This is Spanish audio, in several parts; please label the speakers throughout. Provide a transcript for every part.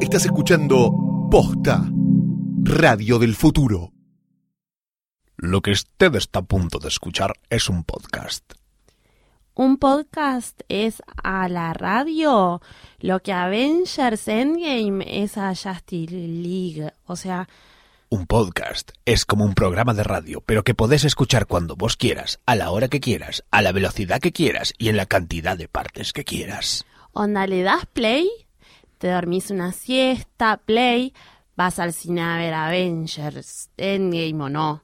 Speaker 1: Estás escuchando Posta, Radio del Futuro.
Speaker 2: Lo que usted está a punto de escuchar es un podcast.
Speaker 3: Un podcast es a la radio lo que Avengers Endgame es a Justice League. O sea,
Speaker 2: Un podcast es como un programa de radio, pero que podés escuchar cuando vos quieras, a la hora que quieras, a la velocidad que quieras y en la cantidad de partes que quieras.
Speaker 3: onda, le das play, te dormís una siesta, play, vas al cine a ver Avengers, Endgame o no.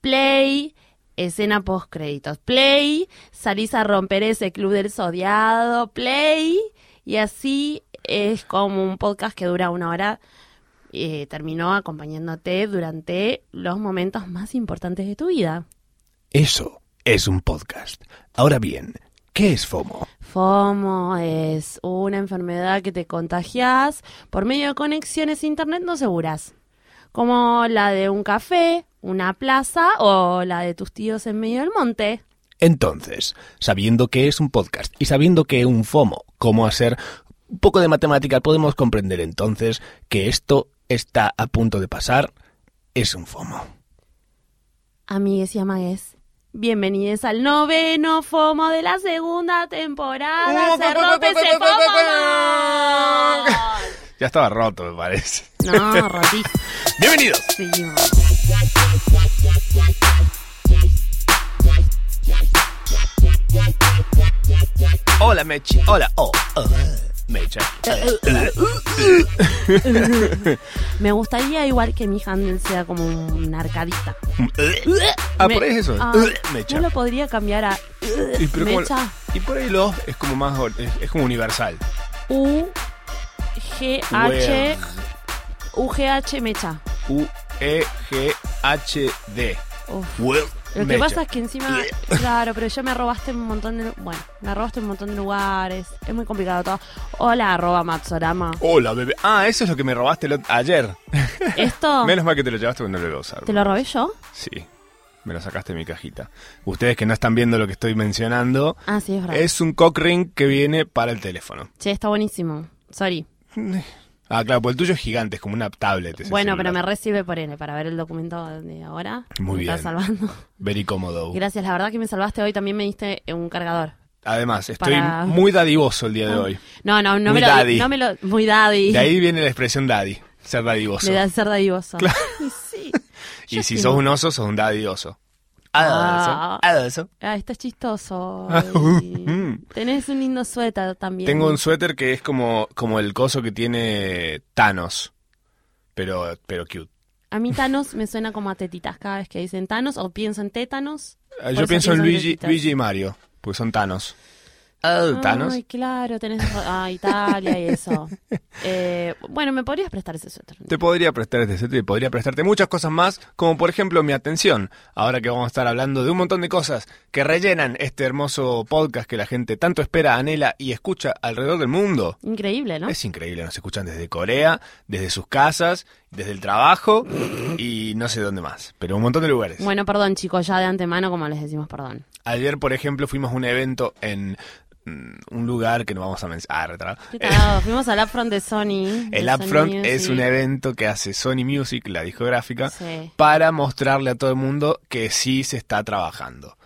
Speaker 3: Play, escena post créditos. Play, salís a romper ese club del sodiado. Play, y así es como un podcast que dura una hora. eh, terminó acompañándote durante los momentos más importantes de tu vida.
Speaker 2: Eso es un podcast. Ahora bien, ¿qué es FOMO?
Speaker 3: FOMO es una enfermedad que te contagias por medio de conexiones internet no seguras, como la de un café, una plaza o la de tus tíos en medio del monte.
Speaker 2: Entonces, sabiendo qué es un podcast y sabiendo qué es un FOMO, cómo hacer un poco de matemática, podemos comprender entonces que esto está a punto de pasar, es un FOMO.
Speaker 3: Amigues y amagues, bienvenidos al noveno FOMO de la segunda
Speaker 2: Uh,
Speaker 3: temporada. ¡Se rompe ese FOMO!
Speaker 2: Ya estaba roto, me parece.
Speaker 3: No, rotísimo.
Speaker 2: Bienvenidos. Hola, Mechi. Hola, oh, oh, Mecha.
Speaker 3: Me gustaría igual que mi handle sea como un arcadista.
Speaker 2: Ah,
Speaker 3: Me-
Speaker 2: por ahí es eso.
Speaker 3: Ah,
Speaker 2: Mecha.
Speaker 3: No lo podría cambiar a
Speaker 2: Y, pero como-
Speaker 3: mecha.
Speaker 2: y por ahí lo es como más or- es, es como universal.
Speaker 3: U G H U G H mecha.
Speaker 2: U E G H D.
Speaker 3: Uf.
Speaker 2: Well,
Speaker 3: Lo que
Speaker 2: mecha.
Speaker 3: pasa es que encima, claro, pero ya me robaste en un montón de, lu- bueno, me robaste en un montón de lugares, es muy complicado todo. Hola, arroba Matsorama.
Speaker 2: Hola, bebé. Ah, eso es lo que me robaste el ot- ayer.
Speaker 3: Esto
Speaker 2: Menos mal que te lo llevaste cuando lo iba a usar.
Speaker 3: te lo robé yo.
Speaker 2: Sí. Me lo sacaste de mi cajita. Ustedes que no están viendo lo que estoy mencionando,
Speaker 3: Ah, sí, es verdad.
Speaker 2: es un cock ring que viene para el teléfono.
Speaker 3: Che, está buenísimo. Sorry.
Speaker 2: Ah, claro, porque el tuyo es gigante, es como una tablet. ese
Speaker 3: Bueno, pero
Speaker 2: celular.
Speaker 3: me recibe por N para ver el documento de ahora.
Speaker 2: Muy
Speaker 3: Me
Speaker 2: bien. Uh.
Speaker 3: Está salvando.
Speaker 2: Very cómodo.
Speaker 3: Gracias, la verdad que me salvaste hoy. También me diste un cargador.
Speaker 2: Además, estoy
Speaker 3: Para- Ah.
Speaker 2: muy dadivoso el día de hoy.
Speaker 3: No, no, no
Speaker 2: Muy
Speaker 3: me lo.
Speaker 2: daddy.
Speaker 3: No me lo. Muy daddy.
Speaker 2: De ahí viene la expresión daddy, ser dadivoso.
Speaker 3: De ser dadivoso.
Speaker 2: Claro.
Speaker 3: Y sí.
Speaker 2: Y
Speaker 3: Yo
Speaker 2: si
Speaker 3: sí
Speaker 2: sos
Speaker 3: no.
Speaker 2: un oso, sos un dadivoso.
Speaker 3: Ah.
Speaker 2: adoso.
Speaker 3: Ah, estás chistoso.
Speaker 2: Ah,
Speaker 3: Ay.
Speaker 2: mm.
Speaker 3: Tenés un lindo suéter también.
Speaker 2: Tengo un suéter que es como, como el coso que tiene Thanos, pero, pero cute.
Speaker 3: A mí Thanos me suena como a tetitas cada vez que dicen Thanos o pienso en tétanos.
Speaker 2: Ah,
Speaker 3: Por
Speaker 2: Yo
Speaker 3: eso
Speaker 2: pienso en
Speaker 3: pienso en
Speaker 2: Luigi,
Speaker 3: tetitas.
Speaker 2: Luigi y Mario, porque son Thanos. Ah, Thanos.
Speaker 3: Ay, claro, tenés. Ah, Italia y eso. Eh, bueno, me podrías prestar ese suéter.
Speaker 2: Te podría prestar este set y podría prestarte muchas cosas más, como por ejemplo mi atención, ahora que vamos a estar hablando de un montón de cosas que rellenan este hermoso podcast que la gente tanto espera, anhela y escucha alrededor del mundo.
Speaker 3: Increíble, ¿no?
Speaker 2: Es increíble, nos escuchan desde Corea, desde sus casas, desde el trabajo y no sé dónde más, pero un montón de lugares.
Speaker 3: Bueno, perdón, chicos, ya de antemano, como les decimos, perdón.
Speaker 2: Ayer, por ejemplo, fuimos a un evento en mm, un lugar que no vamos a mencionar. ¿verdad?
Speaker 3: ¿Qué tal? Fuimos al upfront de Sony.
Speaker 2: Eh, El
Speaker 3: de
Speaker 2: Upfront
Speaker 3: Sony
Speaker 2: es
Speaker 3: Music.
Speaker 2: un evento que hace Sony Music, la discográfica,
Speaker 3: Sí,
Speaker 2: para mostrarle a todo el mundo que sí se está trabajando,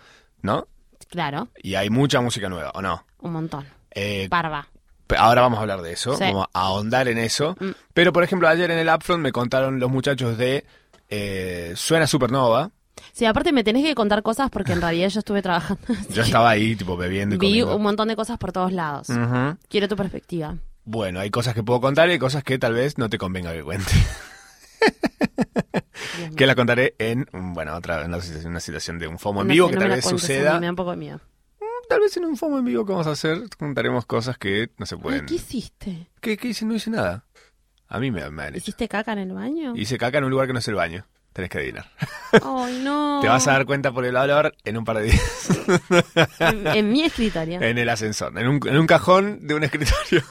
Speaker 2: ¿no?
Speaker 3: claro,
Speaker 2: Y hay mucha música nueva, ¿o no?
Speaker 3: un montón.
Speaker 2: Eh,
Speaker 3: Parva.
Speaker 2: pe- ahora vamos a hablar de eso,
Speaker 3: Sí.
Speaker 2: vamos a ahondar en eso.
Speaker 3: Mm.
Speaker 2: Pero, por ejemplo, ayer en el Upfront me contaron los muchachos de eh, Suena Supernova.
Speaker 3: Sí, aparte me tenés que contar cosas porque en realidad yo estuve trabajando. así
Speaker 2: Yo
Speaker 3: que
Speaker 2: estaba ahí, tipo, bebiendo y
Speaker 3: Vi
Speaker 2: comiendo. Mm.
Speaker 3: un montón de cosas por todos lados.
Speaker 2: Ujú.
Speaker 3: Quiero tu perspectiva.
Speaker 2: Bueno, hay cosas que puedo contar y hay cosas que tal vez no te convenga que cuente.
Speaker 3: Dios mío.
Speaker 2: que la contaré en, mm, bueno, otra en una, situación- una situación de un FOMO en
Speaker 3: No
Speaker 2: vivo
Speaker 3: sé,
Speaker 2: que
Speaker 3: no
Speaker 2: tal
Speaker 3: me la
Speaker 2: vez
Speaker 3: cuentes,
Speaker 2: suceda.
Speaker 3: Andy, Me da un poco de miedo.
Speaker 2: Tal vez en un FOMO en vivo que vamos a hacer contaremos cosas que no se
Speaker 3: Ay,
Speaker 2: pueden.
Speaker 3: ¿Qué hiciste?
Speaker 2: ¿Qué, qué hice? No hice nada. A mí me, me han hecho.
Speaker 3: ¿Hiciste caca en el baño?
Speaker 2: Hice caca en un lugar que no es el baño. Tenés que adivinar.
Speaker 3: Ay, no.
Speaker 2: Te vas a dar cuenta por el valor en un par de días.
Speaker 3: En, en mi escritorio.
Speaker 2: En el ascensor, en un, en un cajón de un escritorio.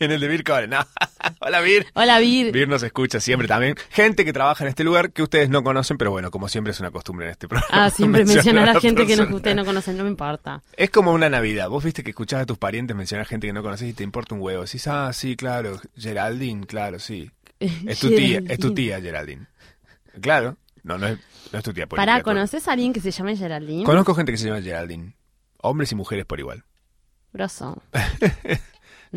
Speaker 2: en el de Vir Cabrera. No. Hola Vir.
Speaker 3: Hola, Vir.
Speaker 2: Vir nos escucha siempre también. Gente que trabaja en este lugar que ustedes no conocen, pero bueno, como siempre es una costumbre en este programa.
Speaker 3: Ah, siempre mencionar a gente que no,
Speaker 2: personas.
Speaker 3: ustedes no conocen, no me importa.
Speaker 2: Es como una Navidad. Vos viste que escuchás a tus parientes mencionar gente que no conoces y te importa un huevo. Decís, ah, sí, claro, Geraldine, claro, sí. Es tu tía, es tu tía, Geraldine. Claro. No, no es, no es tu tía. política,
Speaker 3: Pará,
Speaker 2: tu-
Speaker 3: ¿conoces a alguien que se llame Geraldine?
Speaker 2: Conozco gente que se llama Geraldine. Hombres y mujeres por igual.
Speaker 3: Grosso. ¿En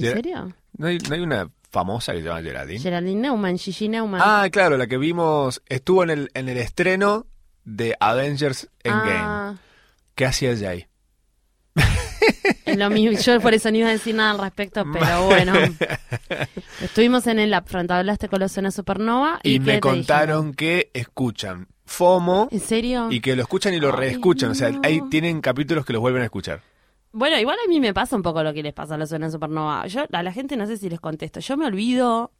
Speaker 2: Ger-
Speaker 3: serio?
Speaker 2: ¿No hay, no hay una famosa que se llama Geraldine?
Speaker 3: Geraldine Neumann, Gigi Neumann.
Speaker 2: ah, claro, la que vimos estuvo en el, en el estreno de Avengers Endgame.
Speaker 3: Ah,
Speaker 2: ¿Qué hacía ella ahí?
Speaker 3: es lo mismo. Yo por eso no iba a decir nada al respecto, pero bueno. Estuvimos en el upfront, hablaste con los Zona Supernova y,
Speaker 2: Y,
Speaker 3: ¿qué
Speaker 2: me
Speaker 3: te
Speaker 2: contaron que escuchan FOMO
Speaker 3: dijeron? ¿En serio?
Speaker 2: y que lo escuchan y lo
Speaker 3: Ay,
Speaker 2: reescuchan. O sea,
Speaker 3: no.
Speaker 2: ahí tienen capítulos que los vuelven a escuchar.
Speaker 3: Bueno, igual a mí me pasa un poco lo que les pasa a los Zona Supernova. Yo a la gente no sé si les contesto. Yo me olvido.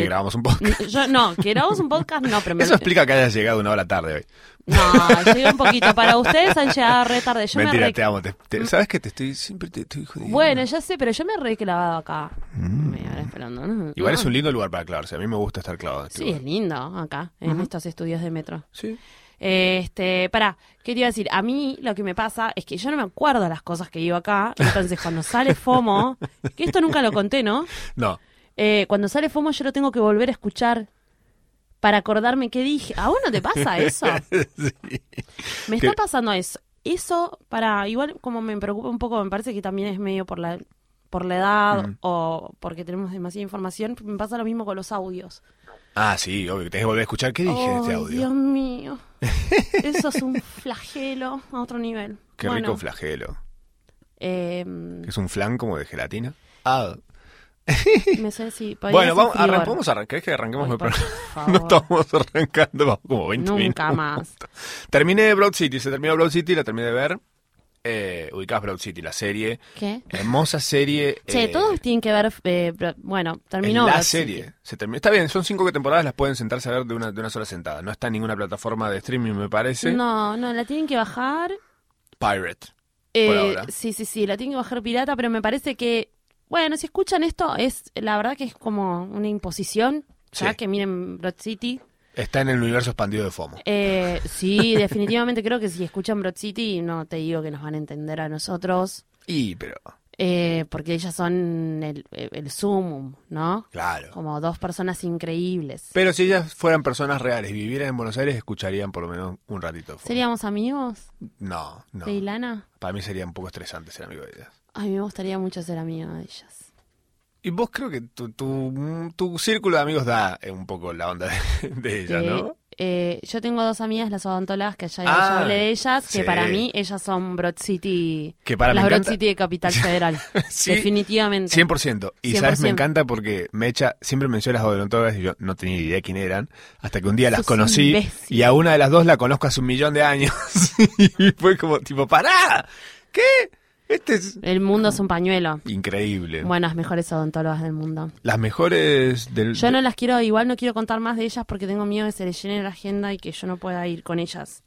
Speaker 3: de-
Speaker 2: grabamos un podcast.
Speaker 3: Yo, no, que grabamos un podcast, no, pero me
Speaker 2: Eso explica que hayas llegado una hora tarde hoy.
Speaker 3: No, llegué un poquito. Para ustedes han llegado re tarde. Yo me
Speaker 2: Mentira,
Speaker 3: re- Mm.
Speaker 2: te amo. te- te- ¿Sabes que te estoy siempre te estoy jodiendo?
Speaker 3: Bueno, ya sé, pero yo me re clavado acá. Me iban esperando, ¿no?
Speaker 2: Mm. Igual
Speaker 3: No.
Speaker 2: es un lindo lugar para clavarse. A mí me gusta estar clavado. en este
Speaker 3: Sí,
Speaker 2: lugar.
Speaker 3: es lindo acá, en estos estudios de metro.
Speaker 2: Sí.
Speaker 3: Este, pará, ¿qué te iba a decir? A mí lo que me pasa es que yo no me acuerdo las cosas que digo acá, entonces cuando sale FOMO, que esto nunca lo conté, ¿no?
Speaker 2: No.
Speaker 3: Eh, cuando sale FOMO yo lo tengo que volver a escuchar para acordarme qué dije. ¿A uno te pasa eso?
Speaker 2: Sí.
Speaker 3: Me está
Speaker 2: Que-
Speaker 3: pasando eso. Eso, para, igual como me preocupa un poco, me parece que también es medio por la, por la edad
Speaker 2: Mm.
Speaker 3: o porque tenemos demasiada información, me pasa lo mismo con los audios.
Speaker 2: Ah, sí, obvio. que Tenés que volver a escuchar. ¿Qué dije de este
Speaker 3: Ay,
Speaker 2: audio?
Speaker 3: Dios mío. Eso es un flagelo a otro nivel.
Speaker 2: Qué
Speaker 3: Bueno,
Speaker 2: rico flagelo.
Speaker 3: eh,
Speaker 2: Que Es un flan como de gelatina. Ah.
Speaker 3: me sé si podría
Speaker 2: Bueno, vamos,
Speaker 3: suscribir.
Speaker 2: arran- ¿podemos arrancar? ¿Querés que arranquemos
Speaker 3: Ay,
Speaker 2: el
Speaker 3: por
Speaker 2: programa?
Speaker 3: favor.
Speaker 2: No estamos arrancando, vamos como 20 minutos.
Speaker 3: Nunca más.
Speaker 2: Terminé Broad City, se terminó Broad City, la terminé de ver. Eh, ubicás Broad City, la serie.
Speaker 3: ¿Qué?
Speaker 2: Hermosa serie.
Speaker 3: Che,
Speaker 2: eh,
Speaker 3: todos tienen que ver. eh, bro- bueno, terminó.
Speaker 2: en la
Speaker 3: Broad
Speaker 2: serie.
Speaker 3: City.
Speaker 2: Se terminó. Está bien, son cinco temporadas, las pueden sentarse a ver de una, de una sola sentada. No está en ninguna plataforma de streaming, me parece.
Speaker 3: No, no, la tienen que bajar.
Speaker 2: Pirate.
Speaker 3: Eh,
Speaker 2: ahora.
Speaker 3: Sí, sí, sí, la tienen que bajar pirata, pero me parece que, bueno, si escuchan esto, es la verdad que es como una imposición, ya
Speaker 2: Sí.
Speaker 3: que miren Broad City.
Speaker 2: Está en el universo expandido de FOMO.
Speaker 3: Eh, sí, definitivamente creo que si escuchan Broad City, no te digo que nos van a entender a nosotros,
Speaker 2: Y, pero,
Speaker 3: eh, porque ellas son el, el sumum, ¿no?
Speaker 2: claro.
Speaker 3: Como dos personas increíbles.
Speaker 2: Pero si ellas fueran personas reales y vivieran en Buenos Aires, escucharían por lo menos un ratito. de FOMO.
Speaker 3: ¿Seríamos amigos
Speaker 2: No, no.
Speaker 3: de Ilana?
Speaker 2: Para mí sería un poco estresante ser amigo de ellas.
Speaker 3: Ay, me gustaría mucho ser amiga de ellas.
Speaker 2: Y vos creo que tu, tu, tu círculo de amigos da eh, un poco la onda de, de ellas,
Speaker 3: Eh,
Speaker 2: ¿no?
Speaker 3: eh, yo tengo dos amigas, las odontólogas, que ya, ya
Speaker 2: Ah,
Speaker 3: hablé de ellas, que
Speaker 2: sí.
Speaker 3: para mí ellas son Broad City,
Speaker 2: Que para- me
Speaker 3: las Broad
Speaker 2: encanta-
Speaker 3: City de Capital Federal.
Speaker 2: Sí.
Speaker 3: Definitivamente.
Speaker 2: 100%. Y sabes, me
Speaker 3: 100%.
Speaker 2: encanta porque Mecha siempre menciona las odontólogas y yo no tenía idea quién eran, hasta que un día las
Speaker 3: Sos
Speaker 2: conocí
Speaker 3: imbécil.
Speaker 2: y a una de las dos la conozco hace un millón de años. y fue como tipo, ¡pará! ¿Qué? Este es
Speaker 3: El mundo es un pañuelo.
Speaker 2: increíble.
Speaker 3: Bueno, las mejores odontólogas del mundo.
Speaker 2: Las mejores del...
Speaker 3: Yo no las quiero, igual no quiero contar más de ellas porque tengo miedo de que se les llene la agenda y que yo no pueda ir con ellas.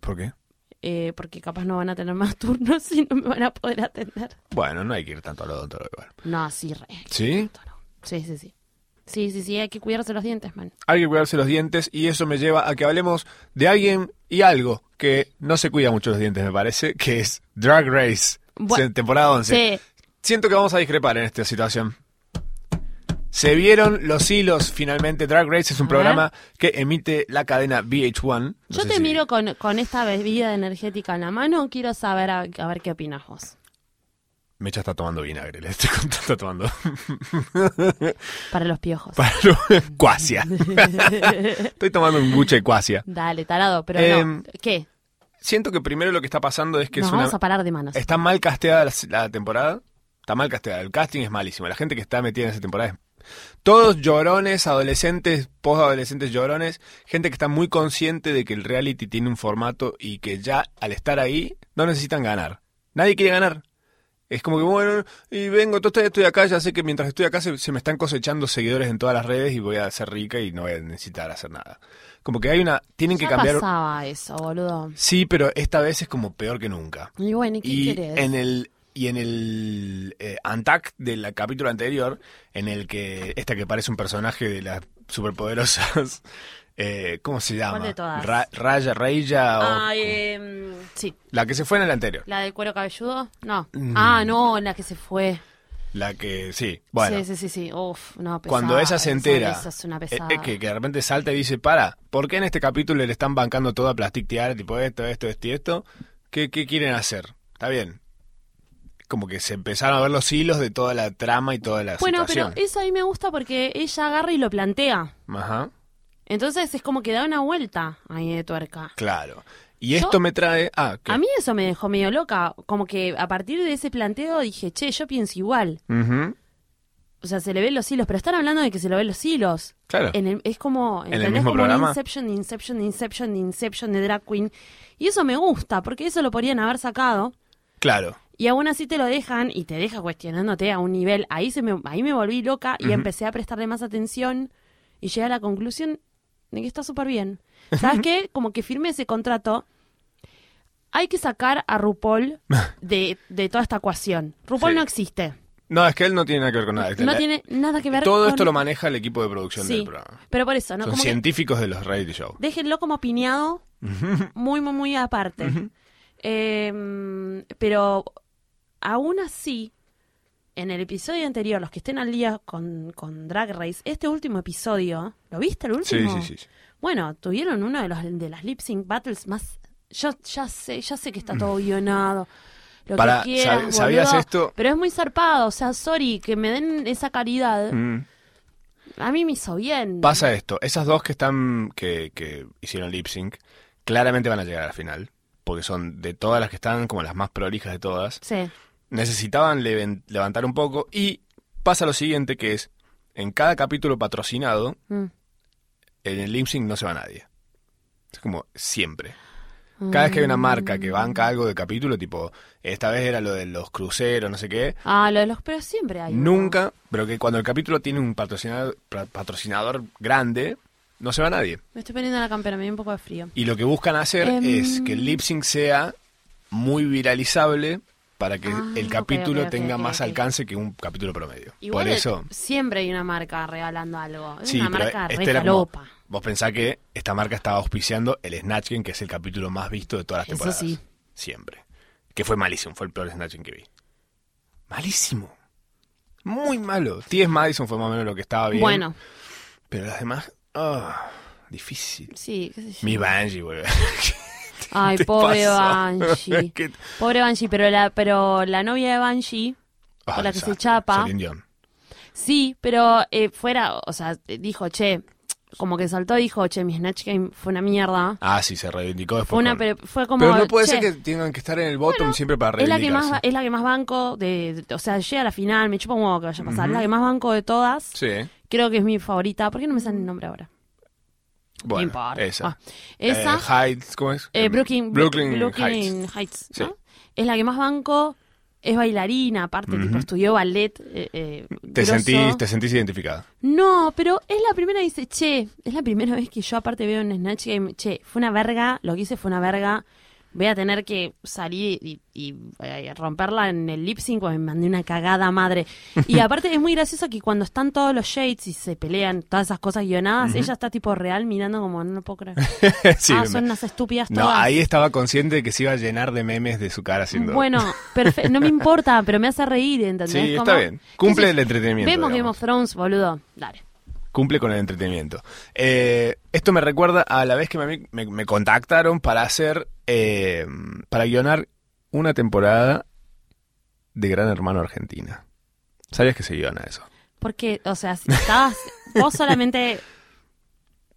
Speaker 2: ¿Por qué?
Speaker 3: Eh, porque capaz no van a tener más turnos y no me van a poder atender.
Speaker 2: Bueno, no hay que ir tanto al odontólogo igual.
Speaker 3: No, sí, re.
Speaker 2: ¿Sí?
Speaker 3: Sí, sí, sí. Sí, sí, sí, hay que cuidarse los dientes, man.
Speaker 2: Hay que cuidarse los dientes y eso me lleva a que hablemos de alguien y algo que no se cuida mucho los dientes, me parece, que es Drag Race,
Speaker 3: Bu-
Speaker 2: se- temporada 11.
Speaker 3: Sí.
Speaker 2: Siento que vamos a discrepar en esta situación. Se vieron los hilos finalmente. Drag Race es un
Speaker 3: A
Speaker 2: programa que emite la cadena VH1. No
Speaker 3: Yo
Speaker 2: sé
Speaker 3: te
Speaker 2: si-
Speaker 3: miro con, con esta bebida energética en la mano, quiero saber a, a ver qué opinas vos.
Speaker 2: Mecha está tomando vinagre, le estoy contando, está tomando.
Speaker 3: Para los piojos.
Speaker 2: Para lo- Cuasia. estoy tomando un buche de cuasia.
Speaker 3: Dale, tarado, pero
Speaker 2: Em,
Speaker 3: no. ¿Qué?
Speaker 2: Siento que primero lo que está pasando es que
Speaker 3: Nos
Speaker 2: es una.
Speaker 3: vamos a parar de manos.
Speaker 2: Está mal casteada la, la temporada. Está mal casteada. El casting es malísimo. La gente que está metida en esa temporada es. Todos llorones, adolescentes, postadolescentes llorones. Gente que está muy consciente de que el reality tiene un formato y que ya al estar ahí no necesitan ganar. Nadie quiere ganar. Es como que, bueno, y vengo, todo estoy acá, ya sé que mientras estoy acá se, se me están cosechando seguidores en todas las redes y voy a ser rica y no voy a necesitar hacer nada. Como que hay una, tienen que
Speaker 3: Ya
Speaker 2: cambiar.
Speaker 3: pasaba eso, boludo.
Speaker 2: Sí, pero esta vez es como peor que nunca.
Speaker 3: Y bueno, ¿y qué
Speaker 2: Y
Speaker 3: querés?
Speaker 2: en el y en el eh, Antac del capítulo anterior, en el que esta que parece un personaje de las superpoderosas, eh, ¿cómo se llama?
Speaker 3: ¿Cuál de todas?
Speaker 2: Ra- Raya, Reya, o
Speaker 3: Ah, eh, sí,
Speaker 2: la que se fue en el anterior.
Speaker 3: la del cuero cabelludo. No.
Speaker 2: Mm.
Speaker 3: Ah, no, la que se fue.
Speaker 2: La que, sí, bueno.
Speaker 3: Sí, sí, sí, sí. Uf, no, pesada,
Speaker 2: Cuando ella
Speaker 3: esa-
Speaker 2: se entera
Speaker 3: Esa es una
Speaker 2: eh,
Speaker 3: pesada.
Speaker 2: eh, que, que de repente salta y dice, para, ¿por qué en este capítulo le están bancando todo a Plastic Tiara, tipo esto, esto, esto y esto? ¿Qué, qué quieren hacer? Está bien. Como que se empezaron a ver los hilos de toda la trama y toda la
Speaker 3: bueno, pero
Speaker 2: situación.
Speaker 3: eso a mí me gusta porque ella agarra y lo plantea.
Speaker 2: Ajá,
Speaker 3: Entonces es como que da una vuelta ahí de tuerca.
Speaker 2: claro. Y
Speaker 3: Yo-
Speaker 2: esto me trae... Ah, ¿qué?
Speaker 3: A mí eso me dejó medio loca. Como que a partir de ese planteo dije, che, yo pienso igual.
Speaker 2: Ujú,
Speaker 3: O sea, se le ven los hilos, pero están hablando de que se le ven los hilos.
Speaker 2: Claro.
Speaker 3: En el- es como.
Speaker 2: el
Speaker 3: ¿entendés?
Speaker 2: mismo
Speaker 3: Como un
Speaker 2: programa?
Speaker 3: Inception, de Inception, de Inception, de Inception de Drag Queen. Y eso me gusta, porque eso lo podrían haber sacado.
Speaker 2: Claro.
Speaker 3: Y aún así te lo dejan y te deja cuestionándote a un nivel. Ahí, se me, ahí me volví loca y empecé a prestarle más atención y llegué a la conclusión de que está súper bien. ¿Sabes qué? Como que firme ese contrato. Hay que sacar a RuPaul de, de toda esta ecuación. RuPaul
Speaker 2: Sí.
Speaker 3: no existe.
Speaker 2: No, es que él no tiene nada que ver con nada.
Speaker 3: No
Speaker 2: La-
Speaker 3: tiene nada que ver
Speaker 2: Todo
Speaker 3: con-
Speaker 2: esto lo maneja el equipo de producción
Speaker 3: Sí,
Speaker 2: del programa.
Speaker 3: pero por eso, ¿no?
Speaker 2: Son
Speaker 3: Como que-
Speaker 2: científicos de los reality show.
Speaker 3: déjenlo como opinado muy, muy, muy aparte. Eh, pero aún así, en el episodio anterior, los que estén al día con, con Drag Race, este último episodio, ¿lo viste el
Speaker 2: Sí,
Speaker 3: último?
Speaker 2: sí, sí. sí.
Speaker 3: Bueno, tuvieron uno de, los, de las lip sync battles más... Yo ya sé, ya sé que está todo guionado. Lo
Speaker 2: Mm. Pará,
Speaker 3: que quieras,
Speaker 2: ¿sab- sabías
Speaker 3: boludo,
Speaker 2: esto?
Speaker 3: Pero es muy zarpado, o sea, sorry, que me den esa caridad.
Speaker 2: Mm.
Speaker 3: A mí me hizo bien.
Speaker 2: Pasa esto, esas dos que están que, que hicieron lip sync claramente van a llegar a la final, porque son de todas las que están como las más prolijas de todas.
Speaker 3: Sí.
Speaker 2: Necesitaban leven- levantar un poco y pasa lo siguiente que es en cada capítulo patrocinado
Speaker 3: Mm.
Speaker 2: en el lip sync no se va nadie. Es como siempre. Cada vez que hay
Speaker 3: mm.
Speaker 2: una marca que banca algo de capítulo, tipo esta vez era lo de los cruceros, no sé qué,
Speaker 3: Ah, lo de los... Pero siempre hay. uno.
Speaker 2: nunca, pero que cuando el capítulo tiene un patrocinador, pa- patrocinador grande, no se va nadie.
Speaker 3: Me estoy poniendo la campera, me dio un poco de frío.
Speaker 2: Y lo que buscan hacer
Speaker 3: Em.
Speaker 2: es que el lip sync sea muy viralizable para que
Speaker 3: Ah,
Speaker 2: el
Speaker 3: ok,
Speaker 2: capítulo
Speaker 3: ok, ok,
Speaker 2: tenga
Speaker 3: ok,
Speaker 2: más
Speaker 3: ok.
Speaker 2: alcance que un capítulo promedio.
Speaker 3: Igual
Speaker 2: Por eso,
Speaker 3: siempre hay una marca regalando algo. Es
Speaker 2: sí,
Speaker 3: una
Speaker 2: pero
Speaker 3: marca
Speaker 2: este
Speaker 3: re
Speaker 2: era como-
Speaker 3: falopa.
Speaker 2: vos pensás que esta marca estaba auspiciando el Snatch Game, que es el capítulo más visto de todas las
Speaker 3: Eso
Speaker 2: temporadas.
Speaker 3: sí.
Speaker 2: Siempre. Que fue malísimo, fue el peor Snatch Game que vi. Malísimo. Muy malo. T.S. Madison fue más o menos lo que estaba bien.
Speaker 3: Bueno,
Speaker 2: Pero las demás, ah, difícil.
Speaker 3: sí, qué sé yo.
Speaker 2: Mi Bungie, boludo.
Speaker 3: Ay,
Speaker 2: ¿Qué te
Speaker 3: pobre
Speaker 2: pasó?
Speaker 3: Banshee.
Speaker 2: ¿Qué-
Speaker 3: Pobre Banshee, pero la, pero la novia de Banshee,
Speaker 2: Ah,
Speaker 3: la que se
Speaker 2: desastre.
Speaker 3: chapa.
Speaker 2: Celine Dion.
Speaker 3: sí, pero eh, fuera, o sea, dijo, che, como que saltó, dijo, che, mi Snatch Game fue una mierda.
Speaker 2: Ah, sí, se reivindicó después.
Speaker 3: Fue una,
Speaker 2: con-
Speaker 3: pero fue como.
Speaker 2: Pero no puede
Speaker 3: "Che,
Speaker 2: ser que tengan que estar en el bottom siempre para
Speaker 3: es la
Speaker 2: reivindicarse.
Speaker 3: que más Es la que más banco, de, de- o sea, llega a la final, me chupa un huevo que vaya a pasar. Es La que más banco de todas.
Speaker 2: Sí.
Speaker 3: Creo que es mi favorita. ¿Por qué no me sale el nombre ahora?
Speaker 2: Bueno,
Speaker 3: no importa.
Speaker 2: esa.
Speaker 3: Ah, esa,
Speaker 2: Eh, Heights, ¿cómo es?
Speaker 3: eh, Brooklyn,
Speaker 2: Brooklyn,
Speaker 3: Brooklyn
Speaker 2: Heights.
Speaker 3: Heights,
Speaker 2: Sí.
Speaker 3: ¿no? es la que más banco, es bailarina, aparte, tipo, estudió ballet. eh, eh,
Speaker 2: Te
Speaker 3: grosso.
Speaker 2: sentís, te sentís identificada.
Speaker 3: No, pero es la primera que dice, che, es la primera vez que yo aparte veo en Snatch Game, che, fue una verga, lo que hice fue una verga, voy a tener que salir y, y, eh, romperla en el lip sync porque me mandé una cagada madre. Y aparte es muy gracioso que cuando están todos los shades y se pelean todas esas cosas guionadas, ella está tipo real mirando como, no lo puedo creer.
Speaker 2: sí,
Speaker 3: ah,
Speaker 2: me-
Speaker 3: son unas estúpidas todas.
Speaker 2: No, ahí estaba consciente de que se iba a llenar de memes de su cara haciendo.
Speaker 3: Bueno, perfecto, no me importa, pero me hace reír, ¿entendés?
Speaker 2: sí, está
Speaker 3: Como-
Speaker 2: bien.
Speaker 3: Entonces,
Speaker 2: Cumple el entretenimiento.
Speaker 3: Vemos Game
Speaker 2: digamos.
Speaker 3: of Thrones, boludo. Dale.
Speaker 2: cumple con el entretenimiento. Eh, esto me recuerda a la vez que me, me- me contactaron para hacer, eh, para guionar una temporada de Gran Hermano Argentina. ¿Sabías que se guiona eso?
Speaker 3: Porque, o sea, si estabas. vos solamente.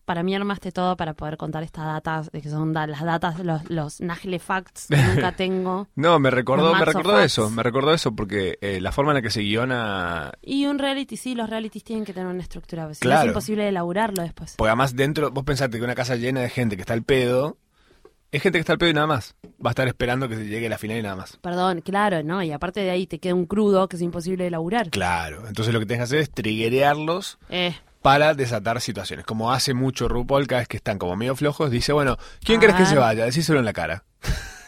Speaker 3: Para mí armaste todo para poder contar estas datas, de que son da- las datas, los, los Nagle Facts que nunca tengo.
Speaker 2: No, me recordó,
Speaker 3: Los
Speaker 2: me
Speaker 3: Max of
Speaker 2: recordó
Speaker 3: Facts.
Speaker 2: eso, me recordó eso porque eh, la forma en la que se guiona,
Speaker 3: Y un reality, sí, los realities tienen que tener una estructura, porque si no
Speaker 2: Claro.
Speaker 3: es imposible elaborarlo después.
Speaker 2: porque además dentro, vos pensate que una casa llena de gente que está al pedo, Es gente que está al pedo y nada más. Va a estar esperando que se llegue la final y nada más.
Speaker 3: Perdón, claro, ¿no? Y aparte de ahí te queda un crudo que es imposible de laburar.
Speaker 2: Claro. Entonces lo que tienes que hacer es triguerearlos
Speaker 3: Eh,
Speaker 2: para desatar situaciones. Como hace mucho RuPaul, cada vez que están como medio flojos, dice, bueno, ¿quién
Speaker 3: Ah.
Speaker 2: crees que se vaya? Decíselo en la cara.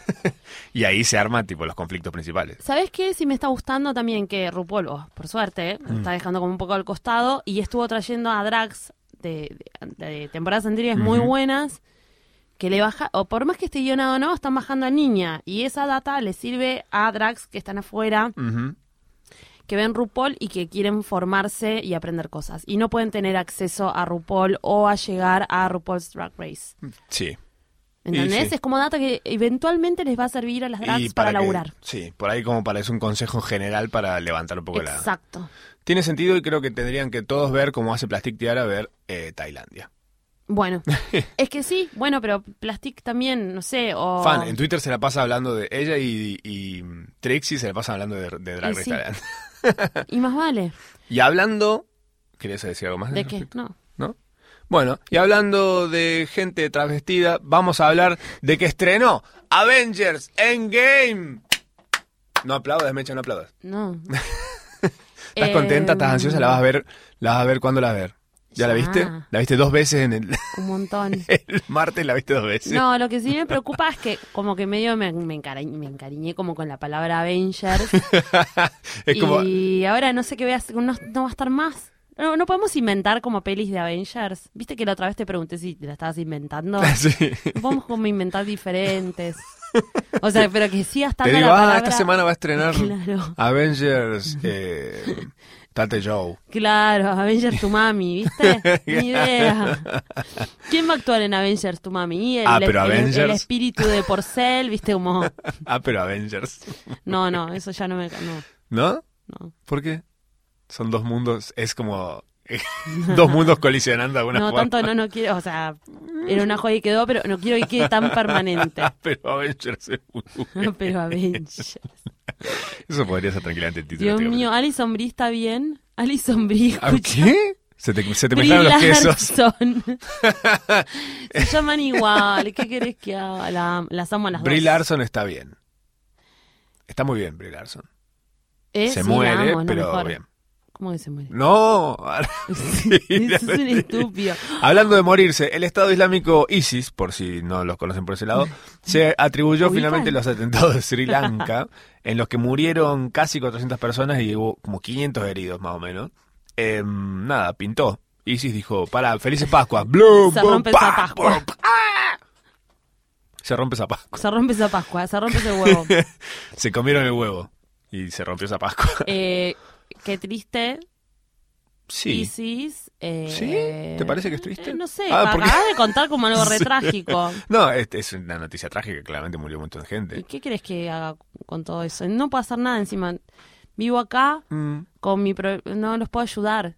Speaker 2: y ahí se arman tipo los conflictos principales.
Speaker 3: ¿Sabes qué? Sí me está gustando también que RuPaul, oh, por suerte,
Speaker 2: Mm.
Speaker 3: lo está dejando como un poco al costado y estuvo trayendo a drags de, de- de temporadas anteriores muy
Speaker 2: Ujú.
Speaker 3: buenas que le baja, o por más que esté guionado o no, están bajando a niña y esa data le sirve a drags que están afuera,
Speaker 2: Ujú.
Speaker 3: que ven RuPaul y que quieren formarse y aprender cosas y no pueden tener acceso a RuPaul o a llegar a RuPaul's Drag Race.
Speaker 2: Sí.
Speaker 3: ¿Entendés?
Speaker 2: Mm. Y sí.
Speaker 3: Es como data que eventualmente les va a servir a las drags
Speaker 2: Y
Speaker 3: para,
Speaker 2: que-
Speaker 3: laburar.
Speaker 2: sí, por ahí como para es un consejo general para levantar un poco la...
Speaker 3: Exacto.
Speaker 2: Tiene sentido y creo que tendrían que todos ver cómo hace Plastic Tiara ver eh, Tailandia.
Speaker 3: Bueno, es que sí, bueno, pero Plastic también, no sé, o...
Speaker 2: Fan, en Twitter se la pasa hablando de ella y, y, y Trixie se la pasa hablando de, de Drag
Speaker 3: Y
Speaker 2: Race
Speaker 3: sí.
Speaker 2: Tailandia.
Speaker 3: Y más vale,
Speaker 2: Y hablando... ¿Querías decir algo más?
Speaker 3: ¿de
Speaker 2: al
Speaker 3: qué?
Speaker 2: respecto?
Speaker 3: No.
Speaker 2: ¿No? Bueno, y hablando de gente travestida, vamos a hablar de que estrenó Avengers Endgame. No aplaudas, Mecha, no aplaudas.
Speaker 3: No. Em,
Speaker 2: ¿Estás contenta? ¿Estás ansiosa? ¿La vas a ver? ¿La vas a ver cuándo la vas a ver? ¿Ya, la
Speaker 3: Ya.
Speaker 2: viste? ¿La viste dos veces en el,
Speaker 3: Un montón.
Speaker 2: el martes? ¿La viste dos veces?
Speaker 3: No, lo que sí me preocupa es que como que medio me, me, encari- me encariñé como con la palabra Avengers
Speaker 2: es como...
Speaker 3: y ahora no sé qué voy a hacer, no, no va a estar más. No, no podemos inventar como pelis de Avengers. Viste que la otra vez te pregunté si te la estabas inventando.
Speaker 2: Sí.
Speaker 3: No podemos como inventar diferentes. O sea, pero que siga
Speaker 2: Te
Speaker 3: estando
Speaker 2: digo,
Speaker 3: la
Speaker 2: ah,
Speaker 3: palabra...
Speaker 2: esta semana va a estrenar
Speaker 3: Claro.
Speaker 2: Avengers eh, Tate Joe.
Speaker 3: Claro, Avengers tu mami, ¿viste? Ni idea. ¿Quién va a actuar en Avengers tu mami? Y el,
Speaker 2: Ah, pero
Speaker 3: el- el- el
Speaker 2: Avengers.
Speaker 3: espíritu de Porcel, ¿viste? Como.
Speaker 2: Ah, pero Avengers.
Speaker 3: No, no, eso ya no me. No,
Speaker 2: ¿No?
Speaker 3: no.
Speaker 2: ¿Por qué? Son dos mundos, es como eh, dos mundos colisionando de alguna
Speaker 3: No,
Speaker 2: forma.
Speaker 3: tanto no, no quiero. O sea, era una joya y quedó, pero no quiero que quede tan permanente.
Speaker 2: Ah, pero Avengers es muy bueno.
Speaker 3: Pero Avengers.
Speaker 2: Eso podría ser tranquilamente el título.
Speaker 3: Dios
Speaker 2: tío.
Speaker 3: mío, Alison Brie está bien. Alison Brie,
Speaker 2: Ah,
Speaker 3: escucha.
Speaker 2: ¿Qué? Se te, se te
Speaker 3: Brie
Speaker 2: mezclaron los quesos.
Speaker 3: Larson. Se llaman igual. ¿Qué querés que haga? La- las amo a las
Speaker 2: Brie
Speaker 3: dos.
Speaker 2: Larson está bien. Está muy bien Brie Larson.
Speaker 3: Eh,
Speaker 2: se
Speaker 3: sí, la
Speaker 2: muere,
Speaker 3: amo, es la
Speaker 2: pero
Speaker 3: mejor.
Speaker 2: bien.
Speaker 3: ¿Cómo que se muere?
Speaker 2: No.
Speaker 3: Eso es un estúpido.
Speaker 2: Hablando de morirse, el Estado Islámico ISIS, por si no los conocen por ese lado, se atribuyó
Speaker 3: ¿Ubican?
Speaker 2: finalmente los atentados de Sri Lanka, en los que murieron casi 400 personas y hubo como 500 heridos más o menos. Em, nada, pintó. ISIS dijo, para, felices Pascuas. Blum,
Speaker 3: Se
Speaker 2: bum,
Speaker 3: rompe
Speaker 2: pa,
Speaker 3: esa Pascua.
Speaker 2: bum, pa. ¡Ah! Se rompe esa Pascua.
Speaker 3: Se rompe esa Pascua, se rompe ese huevo.
Speaker 2: Se comieron el huevo y se rompió esa Pascua.
Speaker 3: Eh, qué triste.
Speaker 2: Sí.
Speaker 3: Isis. eh,
Speaker 2: ¿Sí? ¿Te parece que es triste?
Speaker 3: eh, no sé,
Speaker 2: Ah, porque-
Speaker 3: acabas de contar como algo re trágico.
Speaker 2: No, es, es una noticia trágica, claramente murió un montón de gente.
Speaker 3: ¿Y qué crees que haga con todo eso? No puedo hacer nada encima. Vivo acá
Speaker 2: Mm.
Speaker 3: con mi... pro- No los puedo ayudar.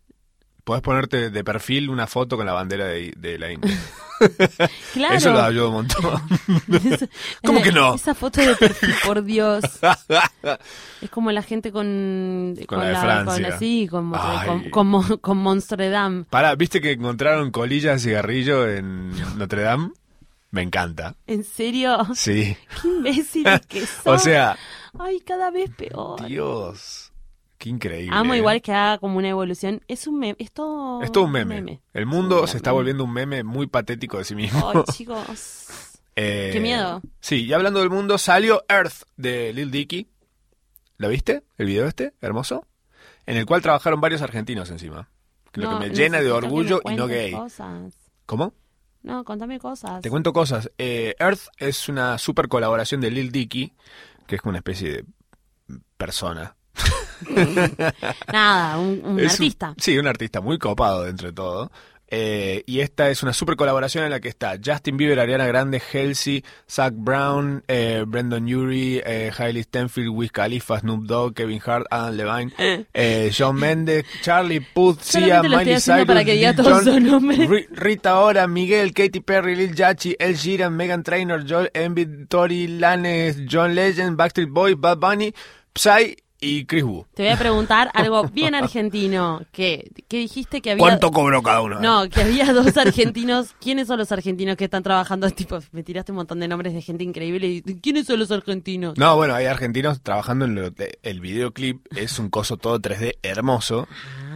Speaker 2: Podés ponerte de perfil una foto con la bandera de, de la India.
Speaker 3: Claro.
Speaker 2: Eso lo ayuda un montón.
Speaker 3: Eso-
Speaker 2: ¿Cómo que no?
Speaker 3: Esa foto de perfil, por Dios. Es como la gente con...
Speaker 2: Con la de Francia.
Speaker 3: con- sí, con,
Speaker 2: Ay.
Speaker 3: con, con Mon- con Monstredam.
Speaker 2: Pará, ¿viste que encontraron colillas de cigarrillo en Notre Dame? Me encanta.
Speaker 3: ¿En serio?
Speaker 2: Sí.
Speaker 3: Qué imbéciles que son.
Speaker 2: O sea,
Speaker 3: Ay, cada vez peor.
Speaker 2: Dios. Qué increíble. ¿eh?
Speaker 3: Amo igual que haga como una evolución. Es un meme. Es todo,
Speaker 2: Es todo un meme. El
Speaker 3: Es
Speaker 2: mundo
Speaker 3: un
Speaker 2: se está
Speaker 3: meme.
Speaker 2: volviendo un meme muy patético de sí mismo.
Speaker 3: Ay, chicos.
Speaker 2: Eh,
Speaker 3: qué miedo.
Speaker 2: Sí, y hablando del mundo, salió Earth de Lil Dicky. ¿Lo viste? ¿El video este? Hermoso. En el cual trabajaron varios argentinos encima. Lo
Speaker 3: No,
Speaker 2: que me llena de
Speaker 3: necesito
Speaker 2: orgullo
Speaker 3: que me
Speaker 2: y no
Speaker 3: cuentes
Speaker 2: gay.
Speaker 3: cosas.
Speaker 2: ¿Cómo?
Speaker 3: No, contame cosas.
Speaker 2: Te cuento cosas. Eh, Earth es una super colaboración de Lil Dicky, que es una especie de persona.
Speaker 3: Nada, un, un
Speaker 2: Es
Speaker 3: artista.
Speaker 2: sí, un artista muy copado dentro de todo. Eh, y esta es una super colaboración en la que está Justin Bieber, Ariana Grande, Halsey, Zach Brown, eh, Brendan Urie, eh, Hailey Stenfield, Wiz Khalifa, Snoop Dogg, Kevin Hart, Adam Levine, eh, John Mendes, Charlie Puth, Sia,
Speaker 3: Solamente lo estoy
Speaker 2: Miley
Speaker 3: haciendo
Speaker 2: Cyrus,
Speaker 3: para que diga
Speaker 2: Lil
Speaker 3: todos
Speaker 2: Jon,
Speaker 3: sus nombres.
Speaker 2: Ri- Rita Ora, Miguel, Katy Perry, Lil Yachty, El Sheeran, Megan Trainor, Joel Envy, Tori Lanes, John Legend, Backstreet Boys, Bad Bunny, Psy y Chris Wu.
Speaker 3: Te voy a preguntar algo bien argentino. Que, que dijiste que había.
Speaker 2: ¿Cuánto cobró cada uno?
Speaker 3: No, que había dos argentinos. ¿Quiénes son los argentinos que están trabajando? Tipo, me tiraste un montón de nombres de gente increíble. Y, ¿Quiénes son los argentinos?
Speaker 2: No, bueno, hay argentinos trabajando en lo- el videoclip. Es un coso todo 3D hermoso.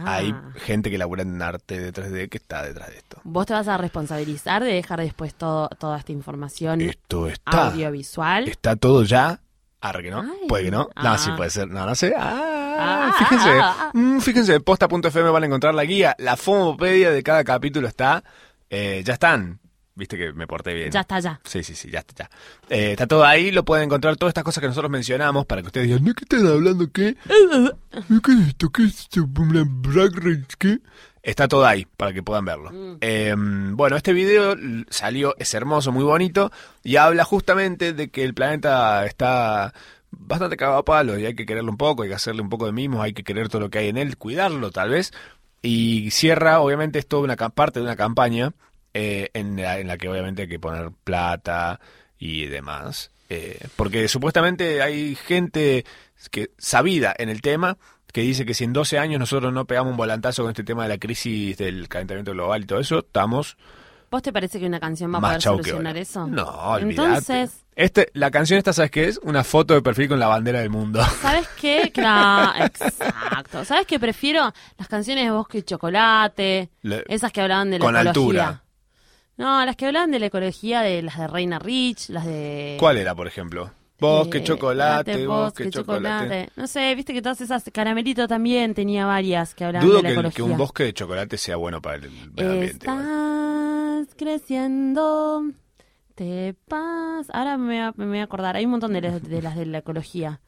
Speaker 3: Ah.
Speaker 2: Hay gente que labura en arte de 3D que está detrás de esto.
Speaker 3: Vos te vas a responsabilizar de dejar después todo, toda esta información
Speaker 2: Esto está.
Speaker 3: audiovisual.
Speaker 2: Está todo ya. Arre que no.
Speaker 3: Ay.
Speaker 2: puede que no.
Speaker 3: Ah.
Speaker 2: No, sí puede ser. No, no sé. Ah,
Speaker 3: Ah,
Speaker 2: fíjense.
Speaker 3: ah, ah.
Speaker 2: Mm, fíjense, en posta.fm van a encontrar la guía. La fomopedia de cada capítulo está. eh, ya están. Viste que me porté bien.
Speaker 3: Ya está, ya.
Speaker 2: Sí, sí, sí, ya está. ya. Eh, está todo ahí, lo pueden encontrar, todas estas cosas que nosotros mencionamos, para que ustedes digan, ¿de qué están hablando? ¿Qué? ¿Qué es esto? ¿Qué es esto? ¿Una Black Race? ¿Qué? Está todo ahí, para que puedan verlo. Eh, bueno, este video l- salió, es hermoso, muy bonito, y habla justamente de que el planeta está bastante cagado a palos, y hay que quererlo un poco, hay que hacerle un poco de mimos, hay que querer todo lo que hay en él, cuidarlo tal vez, y cierra, obviamente, es toda una ca- parte de una campaña eh, en, la, en la que obviamente hay que poner plata y demás. eh, porque supuestamente hay gente que sabida en el tema que dice que si en 12 años nosotros no pegamos un volantazo con este tema de la crisis del calentamiento global y todo eso, estamos
Speaker 3: ¿Vos te parece que una canción va a
Speaker 2: más
Speaker 3: poder
Speaker 2: chau que
Speaker 3: solucionar
Speaker 2: hola.
Speaker 3: eso?
Speaker 2: No, olvídate.
Speaker 3: Entonces,
Speaker 2: Este, la canción esta, ¿sabes qué es? Una foto de perfil con la bandera del mundo.
Speaker 3: ¿sabes qué? Claro, exacto. ¿Sabes qué? Prefiero las canciones de Bosque y Chocolate,
Speaker 2: Le-
Speaker 3: esas que hablaban de la
Speaker 2: Con
Speaker 3: ecología.
Speaker 2: altura.
Speaker 3: No, las que hablaban de la ecología, de las de Reina Rich, las de...
Speaker 2: ¿Cuál era, por ejemplo? Bosque,
Speaker 3: Eh,
Speaker 2: chocolate,
Speaker 3: chocolate,
Speaker 2: bosque, chocolate.
Speaker 3: No sé, viste que todas esas caramelito también tenía varias que hablaban
Speaker 2: Dudo
Speaker 3: de la
Speaker 2: que, el-
Speaker 3: ecología.
Speaker 2: que un bosque de chocolate sea bueno para el, el ambiente. igual.
Speaker 3: Estás creciendo, te pas. Ahora me, va- me voy a acordar, hay un montón de, las- de las de la ecología.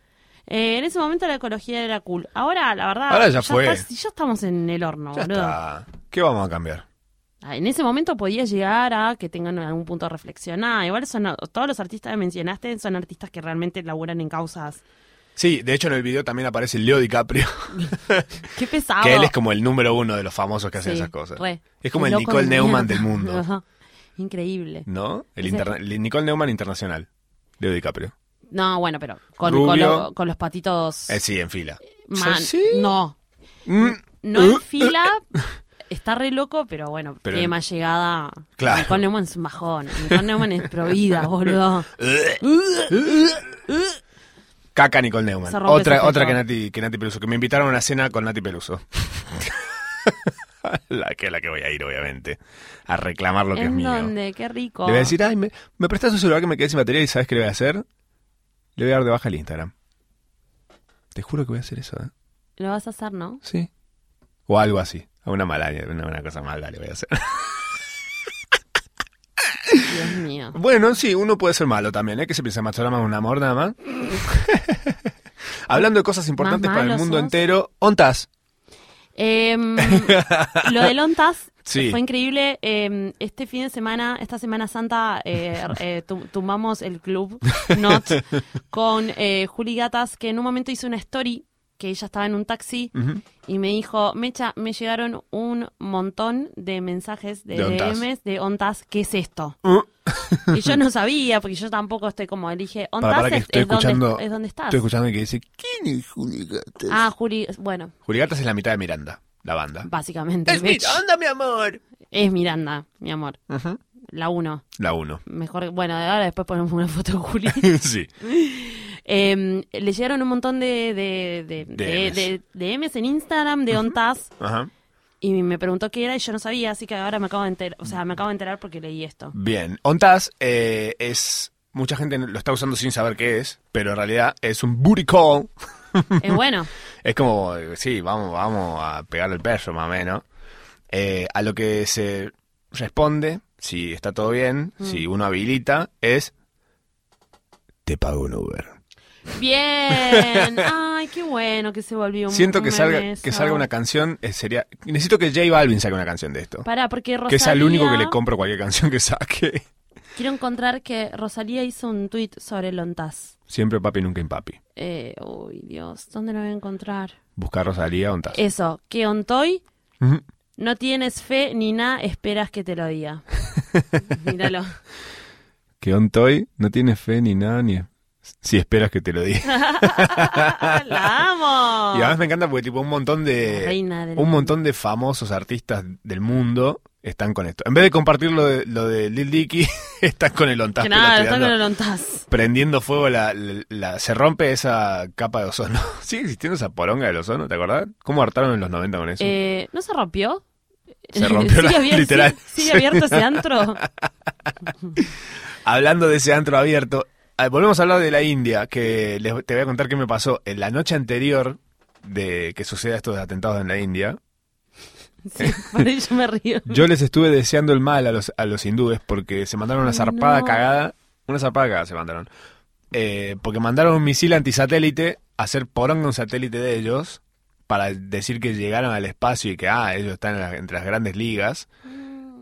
Speaker 3: Eh, en ese momento la ecología era cool. Ahora, la verdad,
Speaker 2: Ahora ya fue.
Speaker 3: estás- ya estamos en el horno,
Speaker 2: Ya
Speaker 3: boludo.
Speaker 2: está. ¿Qué vamos a cambiar?
Speaker 3: Ah, En ese momento podía llegar a que tengan algún punto de reflexión. Ah, igual son todos los artistas que mencionaste son artistas que realmente laburan en causas.
Speaker 2: Sí, de hecho en el video también aparece Leo DiCaprio,
Speaker 3: Qué pesado.
Speaker 2: que él es como el número uno de los famosos que hacen
Speaker 3: Sí,
Speaker 2: esas cosas.
Speaker 3: re.
Speaker 2: Es como
Speaker 3: Qué
Speaker 2: el
Speaker 3: loco
Speaker 2: Nicole
Speaker 3: de
Speaker 2: Neumann
Speaker 3: mierda.
Speaker 2: del mundo.
Speaker 3: Ajá. Increíble.
Speaker 2: ¿No? El
Speaker 3: Ese-
Speaker 2: interna- el Nicole Neumann internacional. Leo DiCaprio.
Speaker 3: No, bueno, pero con,
Speaker 2: Rubio.
Speaker 3: con, lo- con los patitos.
Speaker 2: Eh, sí, en fila.
Speaker 3: man-
Speaker 2: ¿Sí?
Speaker 3: No,
Speaker 2: Mm,
Speaker 3: no
Speaker 2: Uh,
Speaker 3: en fila. Está re loco, pero bueno,
Speaker 2: Pero-
Speaker 3: tiene más llegada.
Speaker 2: Claro.
Speaker 3: Nicole Neumann es un bajón. Nicole Neumann es provida, boludo.
Speaker 2: Caca Nicole Neumann.
Speaker 3: Se rompe
Speaker 2: Otra,
Speaker 3: ese
Speaker 2: otra que,
Speaker 3: feto.
Speaker 2: Nati, que Nati Peluso, que me invitaron a una cena con Nati Peluso. la que la que voy a ir, obviamente. A reclamar lo que es
Speaker 3: ¿En
Speaker 2: mío.
Speaker 3: dónde? Qué rico.
Speaker 2: Le voy a decir, ay, me, me prestas un celular que me quedé sin batería y ¿sabes qué le voy a hacer? Le voy a dar de baja el Instagram. Te juro que voy a hacer eso, ¿eh?
Speaker 3: Lo vas a hacer, ¿no?
Speaker 2: Sí. O algo así. Una malaña, una, una cosa mala le voy a hacer.
Speaker 3: Dios mío.
Speaker 2: Bueno, sí, uno puede ser malo también, ¿eh? Que se piensa Machorama es un amor nada más. Hablando de cosas importantes
Speaker 3: Más
Speaker 2: para el
Speaker 3: malo
Speaker 2: mundo
Speaker 3: sos.
Speaker 2: entero, ONTAS.
Speaker 3: Em, lo de Lontas
Speaker 2: Sí.
Speaker 3: fue increíble. Em, este fin de semana, esta Semana Santa, eh, eh, tum- tumbamos el club Not con eh, Juli Gatas, que en un momento hizo una story que ella estaba en un taxi
Speaker 2: Ujú.
Speaker 3: y me dijo, Mecha, me llegaron un montón de mensajes de,
Speaker 2: De Ontas.
Speaker 3: DMs de Ontas, ¿qué es esto?
Speaker 2: Uh,
Speaker 3: Y yo no sabía, porque yo tampoco estoy como, le dije, Ontas
Speaker 2: para que
Speaker 3: es,
Speaker 2: estoy
Speaker 3: es
Speaker 2: escuchando-
Speaker 3: donde, es donde estás.
Speaker 2: Estoy escuchando que dice, ¿quién es Juli Gatas?
Speaker 3: ah, Juli, bueno,
Speaker 2: Juli Gatas es la mitad de Miranda, la banda.
Speaker 3: básicamente. bitch.
Speaker 2: mi amor.
Speaker 3: Es Miranda, mi amor. La 1.
Speaker 2: La uno.
Speaker 3: Mejor, bueno, ahora después ponemos una foto de Juli.
Speaker 2: sí.
Speaker 3: Eh, le llegaron un montón de, de, de, de,
Speaker 2: DMs.
Speaker 3: de- de DMs en Instagram, de OnTaz,
Speaker 2: Ajá.
Speaker 3: y me preguntó qué era y yo no sabía, así que ahora me acabo de enterar, o sea, me acabo de enterar porque leí esto.
Speaker 2: Bien, ONTAS eh, es... Mucha gente lo está usando sin saber qué es, pero en realidad es un booty call.
Speaker 3: Es bueno,
Speaker 2: Es como, eh, sí, vamos, vamos a pegarle el perro, más o menos. Eh, a lo que se responde, si está todo bien,
Speaker 3: Mm.
Speaker 2: si uno habilita, es... Te pago un Uber.
Speaker 3: bien. Ay, qué bueno que se volvió un
Speaker 2: Siento que
Speaker 3: un meme
Speaker 2: salga,
Speaker 3: eso.
Speaker 2: que salga una canción, eh, sería... Necesito que J Balvin saque una canción de esto.
Speaker 3: Pará, porque Rosalía.
Speaker 2: Que es el único que le compro cualquier canción que saque.
Speaker 3: Quiero encontrar que Rosalía hizo un tweet sobre el OnTaz.
Speaker 2: Siempre papi, nunca impapi.
Speaker 3: Eh, uy, Dios, ¿dónde lo voy a encontrar?
Speaker 2: Buscar Rosalía, ONTAS.
Speaker 3: Eso, que ontoy
Speaker 2: Ujú.
Speaker 3: no tienes fe ni nada, esperas que te lo diga. Míralo.
Speaker 2: Que Ontoy no tiene fe ni nada, ni... Si esperas que te lo diga.
Speaker 3: ¡La amo!
Speaker 2: Y además me encanta porque tipo un montón
Speaker 3: La
Speaker 2: de
Speaker 3: reina del
Speaker 2: un montón de famosos artistas del mundo están con esto. En vez de compartir lo de, lo de Lil Dicky, están con el ontas
Speaker 3: Claro, está
Speaker 2: peloteando,
Speaker 3: que lo lontás.
Speaker 2: prendiendo fuego la, la- la- se rompe esa capa de ozono. Sigue existiendo esa poronga del ozono, ¿te acordás? ¿Cómo hartaron en los 90 con eso?
Speaker 3: Eh, ¿No se rompió?
Speaker 2: Se rompió
Speaker 3: ¿Sigue
Speaker 2: la-
Speaker 3: abier-
Speaker 2: literal.
Speaker 3: sí- ¿Sigue abierto ese antro?
Speaker 2: Hablando de ese antro abierto, eh, volvemos a hablar de la India, que les, te voy a contar qué me pasó en la noche anterior de que suceda estos atentados en la India.
Speaker 3: Sí, por ahí yo me río.
Speaker 2: Yo les estuve deseando el mal a los, a los hindúes porque se mandaron una
Speaker 3: Ay,
Speaker 2: zarpada
Speaker 3: no.
Speaker 2: cagada. Una zarpada cagada se mandaron. Eh, porque mandaron un misil antisatélite a hacer poronga un satélite de ellos para decir que llegaron al espacio y que, ah, ellos están en las- entre las grandes ligas.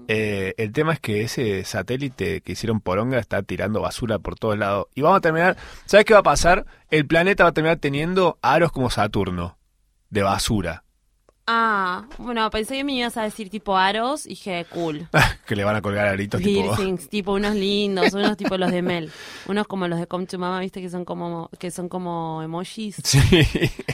Speaker 2: Eh, el tema es que ese satélite que hicieron poronga está tirando basura por todos lados. Y vamos a terminar... ¿Sabes qué va a pasar? El planeta va a terminar teniendo aros como Saturno, de basura,
Speaker 3: Ah, bueno, pensé que me ibas a decir tipo aros y dije, cool.
Speaker 2: que le van a colgar a gritos Ah, tipo...
Speaker 3: Piercings, tipo unos lindos, unos tipo los de Mel. Unos como los de Come to Mama, viste, que son como, que son como emojis.
Speaker 2: Sí.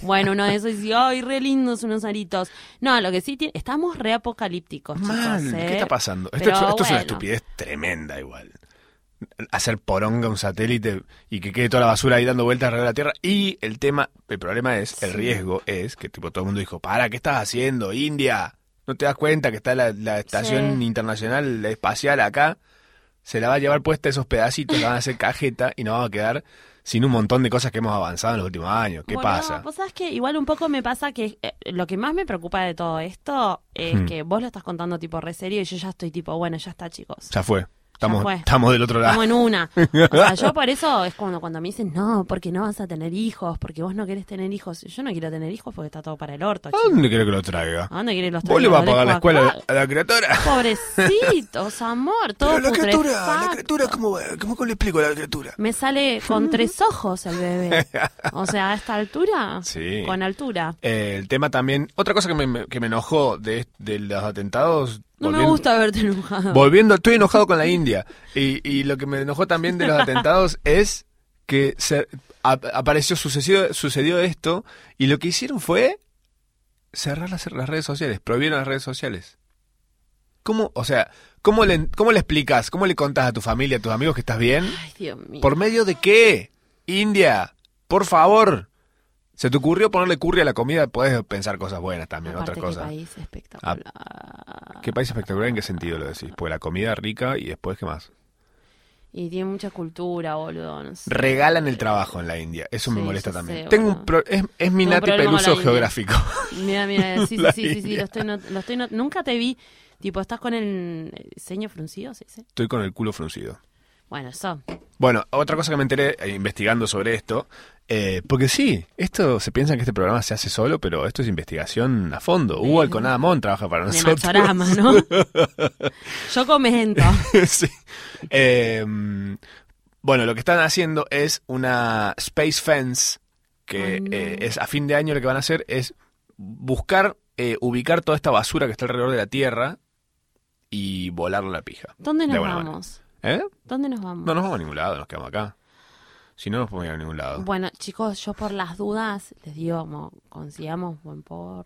Speaker 3: Bueno, uno de esos dice, ay, re lindos unos aritos. No, lo que sí tiene, estamos re apocalípticos, chicos,
Speaker 2: Mal,
Speaker 3: ¿eh?
Speaker 2: ¿qué está pasando? Esto,
Speaker 3: Pero
Speaker 2: es- esto es una
Speaker 3: bueno.
Speaker 2: estupidez tremenda igual. Hacer poronga un satélite y que quede toda la basura ahí dando vueltas alrededor de la Tierra. Y el tema, el problema es, el riesgo es que tipo todo el mundo dijo, para, ¿qué estás haciendo, India? ¿No te das cuenta que está la, la estación
Speaker 3: Sí.
Speaker 2: internacional espacial acá? Se la va a llevar puesta esos pedacitos, la van a hacer cajeta y nos vamos a quedar sin un montón de cosas que hemos avanzado en los últimos años. ¿Qué
Speaker 3: Boludo,
Speaker 2: pasa?
Speaker 3: Vos sabés que igual un poco me pasa que eh, lo que más me preocupa de todo esto es
Speaker 2: Hmm.
Speaker 3: que vos lo estás contando tipo re serio y yo ya estoy tipo, bueno, ya está, chicos.
Speaker 2: Ya fue. Estamos,
Speaker 3: fue.
Speaker 2: estamos del otro lado.
Speaker 3: Estamos en una. O sea, yo por eso es cuando, cuando me dicen, no, porque no vas a tener hijos, porque vos no querés tener hijos. Yo no quiero tener hijos porque está todo para el orto.
Speaker 2: ¿A
Speaker 3: chico.
Speaker 2: dónde quiero que lo traiga?
Speaker 3: ¿A dónde querés los
Speaker 2: Ah, ¿Vos le
Speaker 3: traigo?
Speaker 2: vas a
Speaker 3: ¿Los
Speaker 2: pagar la
Speaker 3: dejo
Speaker 2: escuela
Speaker 3: acá?
Speaker 2: a la criatura?
Speaker 3: Pobrecitos, amor, todo putrefacto.
Speaker 2: ¿cómo, ¿cómo le explico a la criatura?
Speaker 3: Me sale con tres ojos el bebé. O sea, a esta altura,
Speaker 2: Sí.
Speaker 3: con altura.
Speaker 2: Eh, el tema también, otra cosa que me- me, que me enojó de, est- de los atentados.
Speaker 3: No me
Speaker 2: volviendo-
Speaker 3: gusta verte enojado.
Speaker 2: Volviendo, estoy enojado con la India. Y, y lo que me enojó también de los atentados es que se, a- apareció, sucedió, sucedió esto y lo que hicieron fue cerrar las, las redes sociales, prohibieron las redes sociales. ¿Cómo, o sea, cómo le, cómo le explicas, cómo le contás a tu familia, a tus amigos que estás bien?
Speaker 3: Ay, Dios mío.
Speaker 2: ¿Por medio de qué? India, por favor. ¿Se te ocurrió ponerle curry a la comida? Puedes pensar cosas buenas también, Ah.
Speaker 3: Aparte,
Speaker 2: otras
Speaker 3: qué
Speaker 2: cosas.
Speaker 3: país espectacular.
Speaker 2: ¿Qué país espectacular? ¿En qué sentido lo decís? Pues la comida rica y después, ¿qué más?
Speaker 3: Y tiene mucha cultura, boludo. No sé.
Speaker 2: Regalan el trabajo en la India. Eso me
Speaker 3: Sí,
Speaker 2: molesta
Speaker 3: ya
Speaker 2: también.
Speaker 3: sé,
Speaker 2: Tengo
Speaker 3: boludo.
Speaker 2: un pro- es, es
Speaker 3: Tengo
Speaker 2: mi
Speaker 3: un
Speaker 2: nati
Speaker 3: problema con la
Speaker 2: peluso
Speaker 3: India.
Speaker 2: geográfico.
Speaker 3: Mira, mira, sí, sí,
Speaker 2: La
Speaker 3: sí, sí, sí,
Speaker 2: India.
Speaker 3: lo estoy, not- lo estoy not- nunca te vi, tipo, estás con el ceño fruncido, se dice.
Speaker 2: Estoy con el culo fruncido.
Speaker 3: Bueno, eso.
Speaker 2: Bueno, otra cosa que me enteré eh, investigando sobre esto, eh, porque sí, esto se piensa que este programa se hace solo, pero esto es investigación a fondo. Hugo Alconada Mon trabaja para
Speaker 3: De
Speaker 2: nosotros.
Speaker 3: machorama, ¿no? Yo comento.
Speaker 2: Sí. Eh, bueno, lo que están haciendo es una space fence, que
Speaker 3: Ay, no.
Speaker 2: eh, es a fin de año lo que van a hacer es buscar, eh, ubicar toda esta basura que está alrededor de la Tierra y volarla a la pija.
Speaker 3: ¿Dónde
Speaker 2: De
Speaker 3: nos
Speaker 2: buena
Speaker 3: vamos?
Speaker 2: ¿Eh?
Speaker 3: ¿Dónde nos vamos?
Speaker 2: No nos vamos a ningún lado, nos quedamos acá. Si no, nos podemos ir a ningún lado.
Speaker 3: Bueno, chicos, yo por las dudas les digo, mo, consigamos buen por.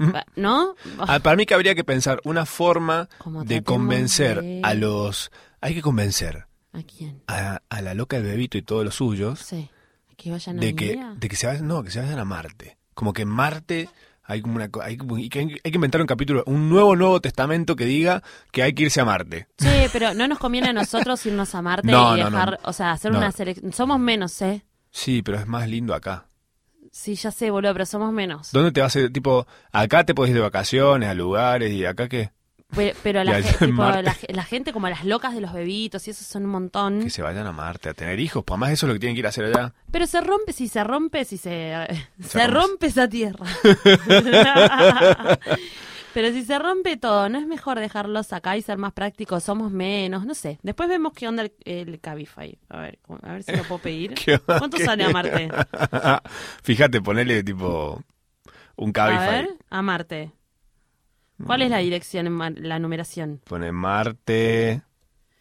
Speaker 3: Va- ¿No?
Speaker 2: Ah, para mí que habría que pensar una forma
Speaker 3: Como
Speaker 2: de
Speaker 3: tratemos
Speaker 2: convencer
Speaker 3: de-
Speaker 2: a los... Hay que convencer
Speaker 3: ¿A quién?
Speaker 2: a, a la loca del bebito y todos los
Speaker 3: No
Speaker 2: suyos
Speaker 3: sé. ¿A que vayan a
Speaker 2: de que,
Speaker 3: India?
Speaker 2: de que se vayan, no, que se vayan a Marte. Como que en Marte hay como una co- hay, como- y que hay, hay que inventar un capítulo, un nuevo Nuevo Testamento que diga que hay que irse a Marte.
Speaker 3: Che, pero no nos conviene a nosotros irnos a Marte
Speaker 2: No,
Speaker 3: y
Speaker 2: no, no.
Speaker 3: dejar, o sea, hacer
Speaker 2: No.
Speaker 3: una selección. Somos menos, ¿eh?
Speaker 2: Sí, pero es más lindo acá.
Speaker 3: Sí, ya sé, boludo, pero somos menos.
Speaker 2: ¿Dónde te vas a ir? Tipo, acá te podés ir de vacaciones, a lugares y acá qué?
Speaker 3: Pe- Pero
Speaker 2: Y
Speaker 3: la,
Speaker 2: allá
Speaker 3: ge-
Speaker 2: en
Speaker 3: tipo,
Speaker 2: Marte.
Speaker 3: la, ge- la gente como las locas de los bebitos y eso son un montón.
Speaker 2: Que se vayan a Marte, a tener hijos. Pues además eso es lo que tienen que ir a hacer allá.
Speaker 3: Pero se rompe, si se rompe, si se... Se,
Speaker 2: rompe.
Speaker 3: rompe esa tierra. Pero si se rompe todo, ¿no es mejor dejarlos acá y ser más prácticos? Somos menos, no sé. Después vemos qué onda el, el Cabify. A ver, cómo- a ver si lo puedo pedir.
Speaker 2: ¿Qué onda?
Speaker 3: ¿Cuánto sale a Marte?
Speaker 2: Fíjate, ponele tipo un
Speaker 3: A
Speaker 2: Cabify. Mm.
Speaker 3: ver, a Marte. ¿Cuál es la dirección, en Mar- la numeración?
Speaker 2: Pone Marte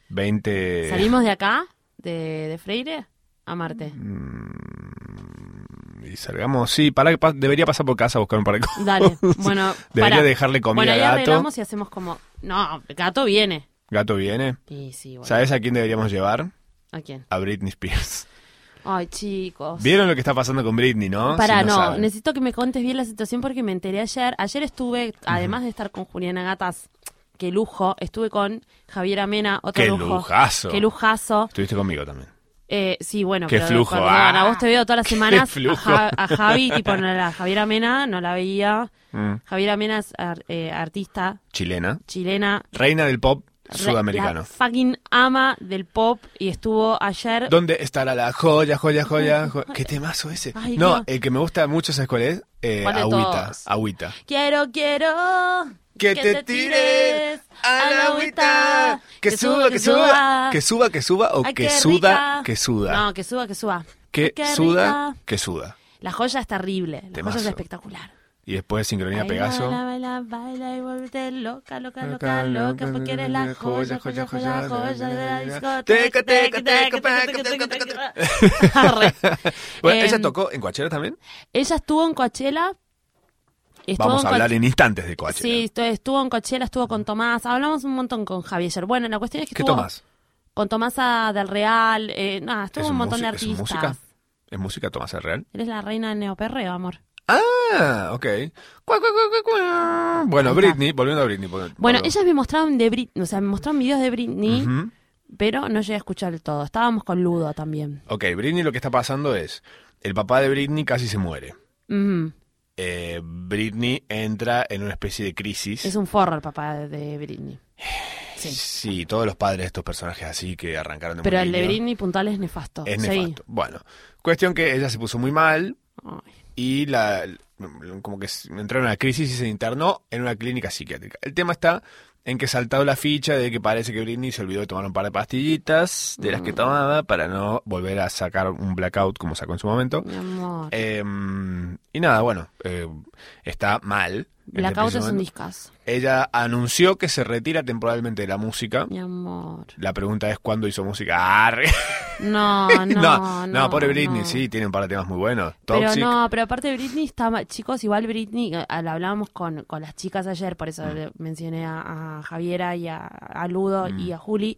Speaker 2: 20... Eh.
Speaker 3: ¿Salimos de acá? ¿De, de Freire? a Marte.
Speaker 2: Mm. Y salgamos, sí, para, pa- debería pasar por casa a buscar un par de cosas.
Speaker 3: Dale, bueno.
Speaker 2: Debería
Speaker 3: pará.
Speaker 2: dejarle comida
Speaker 3: bueno, ahí
Speaker 2: al gato.
Speaker 3: arreglamos y hacemos como. No, gato viene.
Speaker 2: Gato viene.
Speaker 3: Y sí, bueno.
Speaker 2: ¿Sabes a quién deberíamos llevar?
Speaker 3: ¿A quién?
Speaker 2: A Britney Spears.
Speaker 3: Ay, chicos.
Speaker 2: ¿Vieron lo que está pasando con Britney, no?
Speaker 3: Para,
Speaker 2: Si
Speaker 3: no,
Speaker 2: saben.
Speaker 3: necesito que me contes bien la situación porque me enteré ayer. Ayer estuve, además de estar con Juliana Gatas, qué lujo, estuve con Javier Amena, otro
Speaker 2: Qué
Speaker 3: lujo.
Speaker 2: lujazo.
Speaker 3: Qué lujazo.
Speaker 2: Estuviste conmigo también.
Speaker 3: Eh, sí, bueno,
Speaker 2: Qué
Speaker 3: pero
Speaker 2: flujo,
Speaker 3: perdón,
Speaker 2: ah.
Speaker 3: a vos te veo todas las
Speaker 2: Qué
Speaker 3: semanas.
Speaker 2: flujo.
Speaker 3: A, Ja- a Javi, tipo, no, la Javier Amena no la veía.
Speaker 2: Mm.
Speaker 3: Javier Amena es ar- eh, artista
Speaker 2: Chilena.
Speaker 3: chilena.
Speaker 2: Reina del pop
Speaker 3: re-
Speaker 2: sudamericano.
Speaker 3: la fucking ama del pop y estuvo ayer.
Speaker 2: ¿Dónde estará la joya, joya, joya? jo- ¿Qué temazo ese?
Speaker 3: Ay,
Speaker 2: no,
Speaker 3: Dios.
Speaker 2: el que me gusta mucho, ¿sabes cuál es? Eh,
Speaker 3: ¿Cuál de
Speaker 2: agüita,
Speaker 3: todos?
Speaker 2: agüita.
Speaker 3: Quiero, quiero
Speaker 2: Que te tires a la agüita. Que suba, que suba. Que suba, que suba o
Speaker 3: Ay,
Speaker 2: que
Speaker 3: qué
Speaker 2: suda,
Speaker 3: rica.
Speaker 2: que suda.
Speaker 3: No, que suba, que suba. Ay,
Speaker 2: Que
Speaker 3: qué
Speaker 2: suda,
Speaker 3: rica.
Speaker 2: que suda.
Speaker 3: La joya es terrible. La
Speaker 2: Temazo.
Speaker 3: joya es espectacular.
Speaker 2: Y después sincronía
Speaker 3: Baila,
Speaker 2: Pegaso.
Speaker 3: Baila, baila, baila y vuelve loca, loca, loca,
Speaker 2: Loca, loca,
Speaker 3: loca, porque eres la joya, joya, joya, joya de la discoteca.
Speaker 2: Teca, teca, teca, teca, teca, teca, teca.
Speaker 3: Arre.
Speaker 2: Bueno, ¿Ella
Speaker 3: Em,
Speaker 2: tocó en Coachella también?
Speaker 3: Ella estuvo en Coachella. Estuvo
Speaker 2: Vamos
Speaker 3: en
Speaker 2: a hablar
Speaker 3: Coach-
Speaker 2: en instantes de Coachella.
Speaker 3: Sí, estu- estuvo en Coachella, estuvo con Tomás. Hablamos un montón con Javier. Bueno, la cuestión es que
Speaker 2: ¿Qué
Speaker 3: estuvo
Speaker 2: tomas?
Speaker 3: con Tomasa del Real. Eh, nada, estuvo
Speaker 2: ¿Es
Speaker 3: un, montón de
Speaker 2: músico- ¿Es
Speaker 3: artistas.
Speaker 2: música? ¿Es música Tomás el Real?
Speaker 3: Eres la reina del neoperreo, amor.
Speaker 2: Ah, ok. Cuá, cuá, cuá, cuá, cuá. Bueno,
Speaker 3: Ahí está.
Speaker 2: Britney, volviendo a Britney. vol-
Speaker 3: Bueno,
Speaker 2: volvemos.
Speaker 3: ellas me mostraron de Britney, o sea, me mostraron videos de Britney,
Speaker 2: Ujú.
Speaker 3: pero no llegué a escuchar el todo. Estábamos con Ludo también.
Speaker 2: Ok, Britney lo que está pasando es, el papá de Britney casi se muere.
Speaker 3: Ujú.
Speaker 2: Eh, Britney entra en una especie de crisis.
Speaker 3: Es un forro el papá de- de Britney. Sí.
Speaker 2: Sí, todos los padres de estos personajes así que arrancaron de muy
Speaker 3: Pero el de
Speaker 2: niño,
Speaker 3: Britney puntual es nefasto.
Speaker 2: Es
Speaker 3: Sí.
Speaker 2: nefasto. Bueno, cuestión que ella se puso muy mal
Speaker 3: Ay.
Speaker 2: y la como que se- entró en una crisis y se internó en una clínica psiquiátrica. El tema está en que saltado la ficha de que parece que Britney se olvidó de tomar un par de pastillitas de las que tomaba para no volver a sacar un blackout como sacó en su momento.
Speaker 3: Mi amor.
Speaker 2: Eh, y nada, bueno, eh, está mal. en
Speaker 3: Blackout
Speaker 2: este
Speaker 3: es un
Speaker 2: momento.
Speaker 3: discazo.
Speaker 2: Ella anunció que se retira temporalmente de la música.
Speaker 3: Mi amor.
Speaker 2: La pregunta es cuándo hizo música. Arre.
Speaker 3: No, no.
Speaker 2: no, no, pobre Britney,
Speaker 3: no.
Speaker 2: sí, tiene un par de temas muy buenos.
Speaker 3: Pero
Speaker 2: Toxic.
Speaker 3: no, pero aparte Britney está ma- Chicos, igual Britney, eh, la hablábamos con, con las chicas ayer, por eso
Speaker 2: Mm.
Speaker 3: le mencioné a, a Javiera y a, a Ludo
Speaker 2: Mm.
Speaker 3: y a Juli,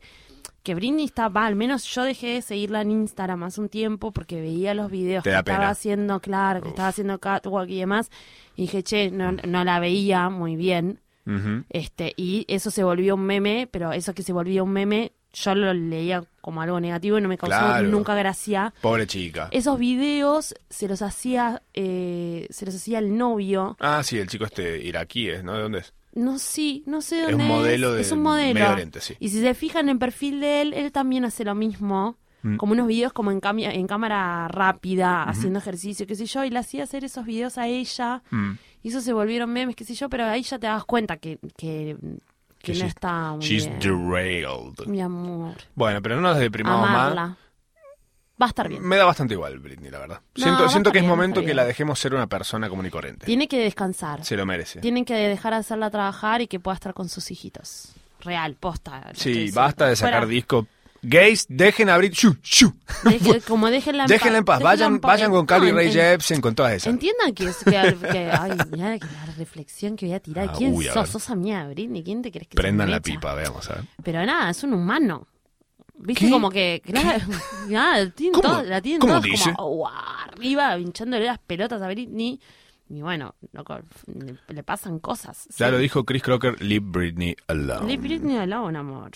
Speaker 3: que Britney está mal. Al menos yo dejé de seguirla en Instagram hace un tiempo porque veía los videos
Speaker 2: Te
Speaker 3: que
Speaker 2: da
Speaker 3: estaba
Speaker 2: pena.
Speaker 3: haciendo, claro, que estaba haciendo catwalk y demás. Y dije, che, no,
Speaker 2: Mm.
Speaker 3: no la veía muy bien.
Speaker 2: Ujú.
Speaker 3: Este, y eso se volvió un meme, pero eso que se volvió un meme, yo lo leía como algo negativo y no me causó
Speaker 2: Claro.
Speaker 3: nunca gracia
Speaker 2: Pobre chica.
Speaker 3: esos videos se los hacía eh, se los hacía el novio
Speaker 2: Ah, sí, el chico este iraquí es, ¿no? ¿De dónde es?
Speaker 3: no sí no sé
Speaker 2: Es
Speaker 3: dónde
Speaker 2: un modelo de
Speaker 3: es un modelo
Speaker 2: Medio Oriente, sí.
Speaker 3: y si se fijan en el perfil de él él también hace lo mismo
Speaker 2: Mm.
Speaker 3: como unos videos como en, cami- en cámara rápida haciendo ejercicio qué sé yo y le hacía hacer esos videos a ella
Speaker 2: Mm.
Speaker 3: y eso se volvieron memes qué sé yo pero ahí ya te das cuenta que que, que
Speaker 2: Que
Speaker 3: no
Speaker 2: she's-
Speaker 3: está muy
Speaker 2: She's
Speaker 3: bien
Speaker 2: derailed.
Speaker 3: mi amor
Speaker 2: Bueno, pero no nos deprimamos más.
Speaker 3: amarla va a estar bien
Speaker 2: Me da bastante igual, Britney, la verdad.
Speaker 3: No,
Speaker 2: siento
Speaker 3: va,
Speaker 2: siento
Speaker 3: está
Speaker 2: que es
Speaker 3: bien, está
Speaker 2: momento que
Speaker 3: bien.
Speaker 2: la dejemos ser una persona común y corriente.
Speaker 3: tiene que descansar
Speaker 2: Se lo merece.
Speaker 3: Tienen que dejar de hacerla trabajar y que pueda estar con sus hijitos. Real, posta. lo estoy
Speaker 2: Sí,
Speaker 3: diciendo.
Speaker 2: basta de sacar
Speaker 3: Fuera.
Speaker 2: discos. Gays, dejen abrir. Shu, shu.
Speaker 3: Deje- como déjenla en
Speaker 2: Déjenla en paz.
Speaker 3: déjenla
Speaker 2: Vayan,
Speaker 3: en paz.
Speaker 2: vayan con
Speaker 3: No,
Speaker 2: Carly Ray
Speaker 3: en-
Speaker 2: Jepsen, con todas esas.
Speaker 3: Entiendan que es que, que- ay, mirá que la reflexión que voy a tirar.
Speaker 2: Ah,
Speaker 3: ¿Quién
Speaker 2: uy, a
Speaker 3: sos?
Speaker 2: ver.
Speaker 3: ¿Sos amiga de Britney? ¿Quién te crees que
Speaker 2: Prendan
Speaker 3: sos,
Speaker 2: la
Speaker 3: mecha?
Speaker 2: pipa, veamos. A ver.
Speaker 3: Pero nada, es un humano. ¿Viste?
Speaker 2: ¿Qué?
Speaker 3: Como que. Claro, nada, la tienen
Speaker 2: ¿Cómo?
Speaker 3: todos- la tienen
Speaker 2: ¿Cómo
Speaker 3: todos
Speaker 2: dice?
Speaker 3: como oh, arriba, hinchándole las pelotas a Britney. Y bueno, loco, le, le pasan cosas.
Speaker 2: Ya
Speaker 3: sí.
Speaker 2: lo dijo Chris Crocker, leave Britney alone.
Speaker 3: Leave Britney alone, amor.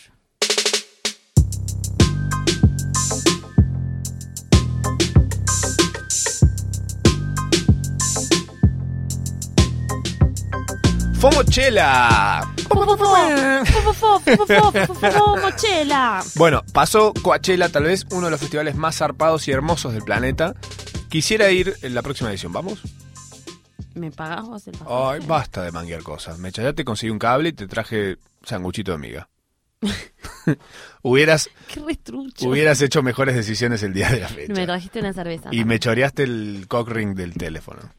Speaker 2: ¡Fomochela!
Speaker 3: ¡Mochela!
Speaker 2: Bueno, pasó Coachella, tal vez uno de los festivales más zarpados y hermosos del planeta. Quisiera ir en la próxima edición, ¿vamos?
Speaker 3: ¿Me pagás vos el
Speaker 2: Ay,
Speaker 3: pasaje?
Speaker 2: basta de manguear cosas. Mecha, ya te conseguí un cable y te traje sanguchito de miga. hubieras,
Speaker 3: ¡Qué restrucho!
Speaker 2: hubieras hecho mejores decisiones el día de la fecha.
Speaker 3: Me trajiste una cerveza.
Speaker 2: Y me choreaste el cock ring del teléfono.